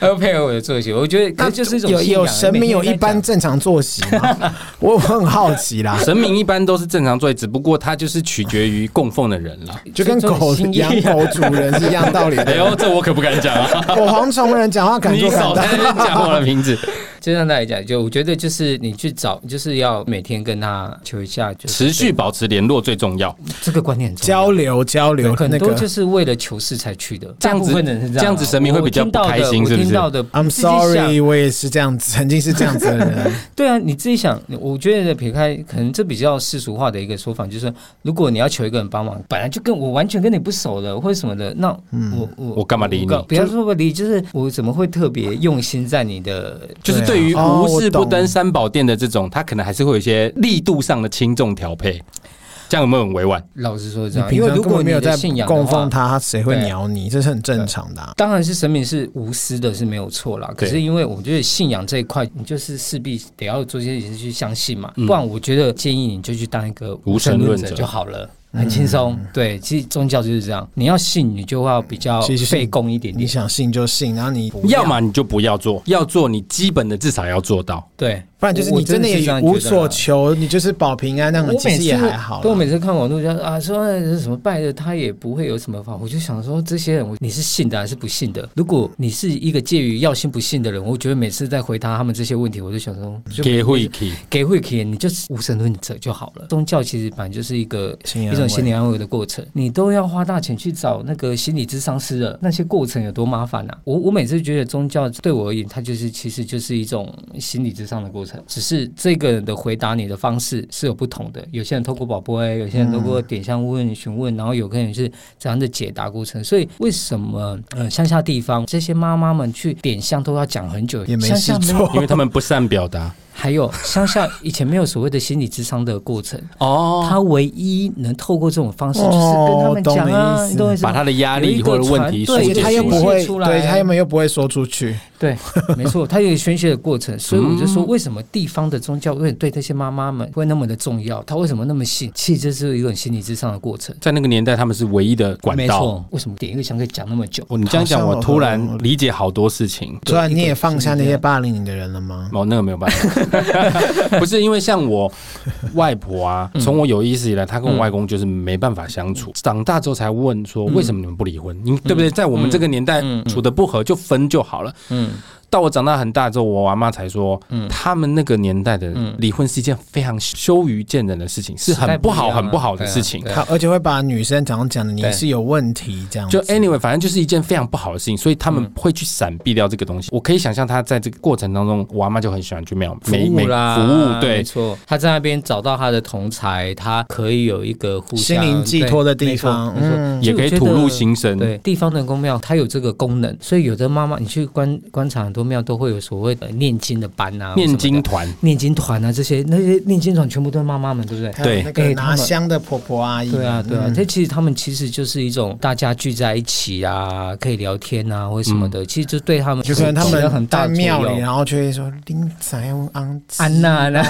要配合我的作息。我觉得可
那
能就是一种
有
信仰
有神明有一般，正常作息吗？我我很好奇 啦，
神明一般都是正常作业，只不过它就是取决于供奉的人 了。
就跟狗
心意啊
养狗主人是一样道理
啊
哎
的。
呦，这我可不敢讲啊！
我蝗虫人讲话敢
你
做敢
少在那
当，
边讲我的名 字，
就像大家讲，就我觉得就是你去找，就是要每天跟他求一下，就是
持续保持联络最重要。
这个观念很重要
交流交流
很
那
多
个
就是为了求事才去的，
这样子
大部分人是这样啊，
这样子神明会比较不开心
我
是不是
听到的，我听到的
，I'm
自己想
sorry，我也是这样子，曾经是这样子的人。
对啊，你自己想，我觉得撇开可能这比较世俗化的一个说法，就是说如果你要求一个人帮忙，本来就跟我完全跟你不熟的或者什么的，那我、
嗯
我
我干嘛理你
不要说不理，就是我怎么会特别用心在你的，
就是对
啊
于
对啊
无事
哦
不
我懂
登三宝殿的这种，他可能还是会有一些力度上的轻重调配。这样有没有很委婉？
老实 说是这
你
样，
平
因为
常
如
根
果
本
你
没有
的
在
信仰的
供
话
奉。他，他谁会
对
鸟你？这是很正常的啊。
当然是神明是无私的，是没有错啦。可
对
是因为我觉得信仰这一块，你就是势必得要做些事情去相信
嗯
嘛，不然我觉得建议你就去当一个
无神论
论
者
就好了。很轻松，
嗯
对，其实宗教就是这样，你要信，你就要比较
其实是
费功一点
你
点，
想信就信，然后你
要么你就不要做，要做你基本的至少要做到。
对，
不然就是
我
你真的
是这
也
样
无
觉得
所
啦
求，你就是保平安那
我
种，其
每
实
次
也还好啦。
对我每次看网络上啊说哎这什么拜的，他也不会有什么法。我就想说，这些人我你是信的还是不信的？如果你是一个介于要信不信的人，我觉得每次在回答他们这些问题，我就想说，就
给会去
给会给你就是无神论者就好了。宗教其实本来就是一个
心理安慰
一种心理安慰的过程，你都要花大钱去找那个心理咨商师了，那些过程有多麻烦啊！我我每次觉得宗教对我而言，它就是其实就是一种心理咨商的过程，只是这个人的回答你的方式是有不同的。有些人透过宝贝，有些人透过点香问询问，然后有个人是怎样的解答过程。所以为什么呃乡下地方这些妈妈们去点香都要讲很久？
也没
乡
事
下有
做，
因为他们不善表达。
还有乡下以前没有所谓的心理智商的过程，
哦，
他唯一能透过这种方式，
哦
就是跟他们讲
懂
啊，
你意思
你懂我意思吗
把他的压力或者问题
有
疏
一
而且
个
解
传
他又
出来。
不会，
宣泄出来
对他又没有不会说出去，
对，没错，他有宣泄的过程，所以我就说，为什么地方的宗教会对这些妈妈们会那么的重要？他为什么那么信？其实这是一种心理智商的过程。
在那个年代，他们是唯一的管
没
道。
错，为什么点一个香可以讲那么久？
哦，你这样
好
讲，
像
我嗯
我
突
懂
然
了
理解好多事情。
突然你也放下那
是这
些
样
霸凌你的人了吗？
哦，那个没有办法， 不是因为像我外婆啊，从我有意识以来，她跟我外公就是没办法相处。长大之后才问说，为什么你们不离婚？你对不对？在我们这个年代
嗯，嗯
处的不合就分就好了。
嗯，
到我长大很大之后，我阿妈才说，他们那个年代的离婚是一件非常羞于见人的事情，是
嗯时代
很不
不一
好、
样啊
很不好的
对啊
事情。
对啊
他而且会把女生常常讲的你
对
是有问题这样子，
就 anyway，反正就是一件非常不好的事情，所以他
嗯
们会去闪避掉这个东西。我可以想象他在这个过程当中，我阿妈就很喜欢去庙每
服
每
务啦，
服务，
没
对，
错，他在那边找到他的同才，他可以有一个互
心
相
灵寄托的地方，
对没错没错
嗯，
也可以
就我觉
吐
得
露心声。
对，啊地方的公庙它有这个功能，所以有的妈妈你去观观察很多庙都会有所谓的念经的班啊，
念经
什么的、
团，
念经团啊这些，那些念经团全部都是妈妈们，对不对？
还有那个
对
拿香的婆婆阿姨，
对啊，对啊
嗯，
这其实他们其实就是一种大家聚在一起啊，可以聊天啊，或什么的，其实就对他们
就可能他
起了
们
很
在
大
庙里，啊
作用
然后就会说林仔用安
安娜啊呢，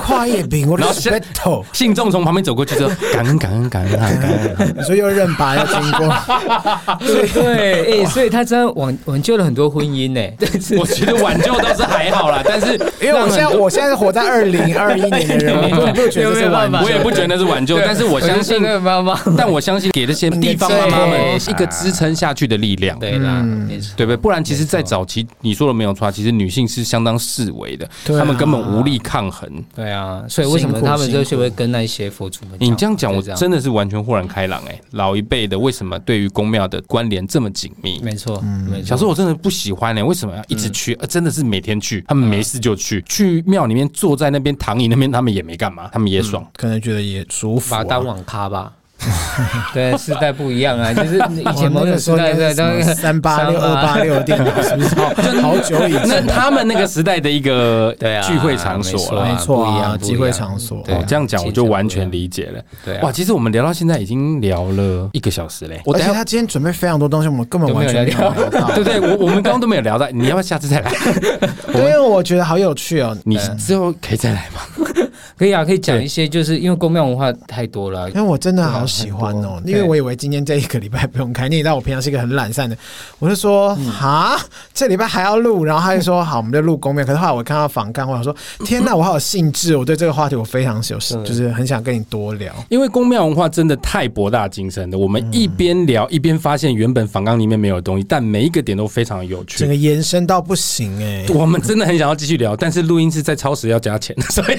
跨夜饼，我的
然后现
respect，
信众从旁边走过去 之后，感恩感恩感恩感恩感恩。
你说又认拔要经过，
对，哎、所以他这样往挽救了很多婚姻呢、但是
我觉得挽救倒是还好啦，但是
因为我现在我现在是活在二零二一年的人，我不不觉得这是 玩
没有没有办法
我也不觉得那是挽救，但是我相信
那个妈妈，
但我相信给这些地方妈妈们一个支撑下去的力量。
对啦，没错，
对不对？不然，其实，在早期你说的没有错啊，其实女性是相当示威的，
对啊
她们根本无力抗衡。
对啊，所以为什么
辛苦
他们就
辛
是
苦
会跟那些佛祖们？
你这样讲，
就
我
这
真的是完全豁然开朗哎、老一辈的为什么对于宫庙的关联这么紧密？
没错，嗯没
小
错
时，候我真的不喜欢呢、欸为什么要一直去？呃真的是每天去，他
嗯
们没事就去，去庙里面坐在那边躺椅那边，他们也没干嘛，他们也爽。
可能觉得也舒服、
把
啊
它。当网咖吧。 对，时代不一样 啊，就是以前某
哦那
种
个时候
时代对对
三八六二八六电脑是不是 好好久以
那
前？
他们那个时代的一个
嗯 对啊
聚会场所
没
了。
错
没错
不一
啊，
样不一
集
样
会场所。
对啊
哦，这样讲我就完全理解了。
对啊
哇，其实我们聊到现在已经聊了一个小时嘞，我
而
等
且
一下
他今天准备非常多东西，我们根本完全没有
都没有
聊 到。
对不对？我我们刚刚都没有聊到， 你要不要下次再来？
对，因为我觉得好有趣哦。
你之后可以再来吗？
可以啊，可以讲一些，就是因为公庙文化太多了
因为，我真的好喜欢哦，因为我以为今天这一个礼拜不用开，你也知道我平常是一个很懒散的，我就说哈，这礼拜还要录，然后他就说好，我们就录公面。可是后来我看到访干，我 想说天哪，我好有兴致，我对这个话题我非常有，就是很想跟你多聊。
因为宫庙文化真的太博大精深了，我们一边聊一边发现原本访纲里面没有的东西，但每一个点都非常有
整个
趣。
延伸到不行哎、
我们真的很想要继续聊，但是录音是在超时要加钱， 所以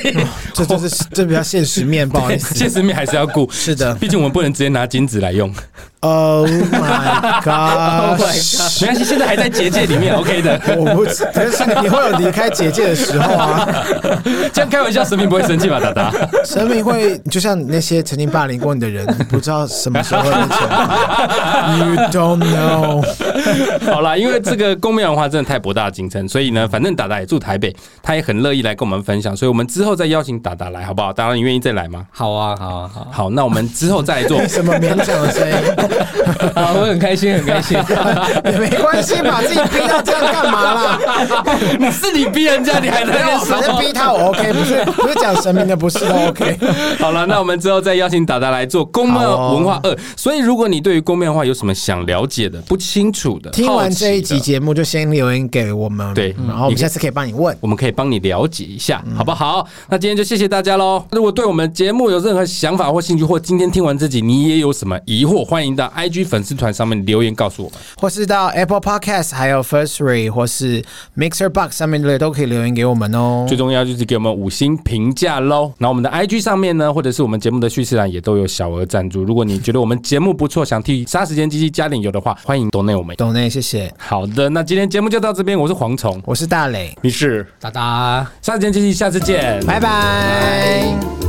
这这是这比较现实面，不好 意思
现。实面还是要顾。
是的
毕竟我们不能直接拿金子来用。
，Oh my
Oh my
god！
god
没关系，现在还在结界里面，OK 的。
我不，但是你会有离开结界的时候啊。
这样开玩笑，神明不会生气吧，达达？
神明会就像那些曾经霸凌过你的人，你不知道什么时候会被惩罚。You don't know。
好啦，因为这个公庙文化真的太博大精深，所以
嗯
呢，反正达达也住台北，他也很乐意来跟我们分享，所以我们之后再邀请达达来，好不好？达达，你愿意再来吗？
好啊，好啊， 好啊，
好，那我们之后再来做。
什么勉强的声音？
好，我很开心，很 开心。
也没关系嘛，自己逼到这样干嘛啦？
你是你逼人家，你还在那边
反正
说。
逼他我 OK，不是不是讲神明的，不是都 OK。
好了，那我们之后再邀请达达来做公庙文化二。
啊
所以，如果你对于公庙文化有什么想了解的、不清楚的，
听
好
完
奇
这一集
的
节目，就先留言给我们，
对
然后我
你可
们
以
下次可以帮你问。
我们可以帮你了解一
嗯
下，好不好？那今天就谢谢大家喽。如果对我们节目有任何想法或兴趣，或今天听完这集你也有什么疑惑，欢迎到 IG 粉丝团上面留言告诉我们。
或是到 Apple Podcast、还有 Firstory 或是 Mixer Box 上面的都可以留言给我们哦。
最重要就是给我们五星评价喽。然后我们的 IG 上面呢，或者是我们节目的叙事栏也都有小额赞助。如果你觉得我们节目不错，想替杀时间机器加点油的话，欢迎 donate 我们。
懂内，谢谢。
好的，那今天节目就到这边，我是蝗虫，
我是大磊，
你是
哒哒。
杀时间机器，下次见，
拜拜。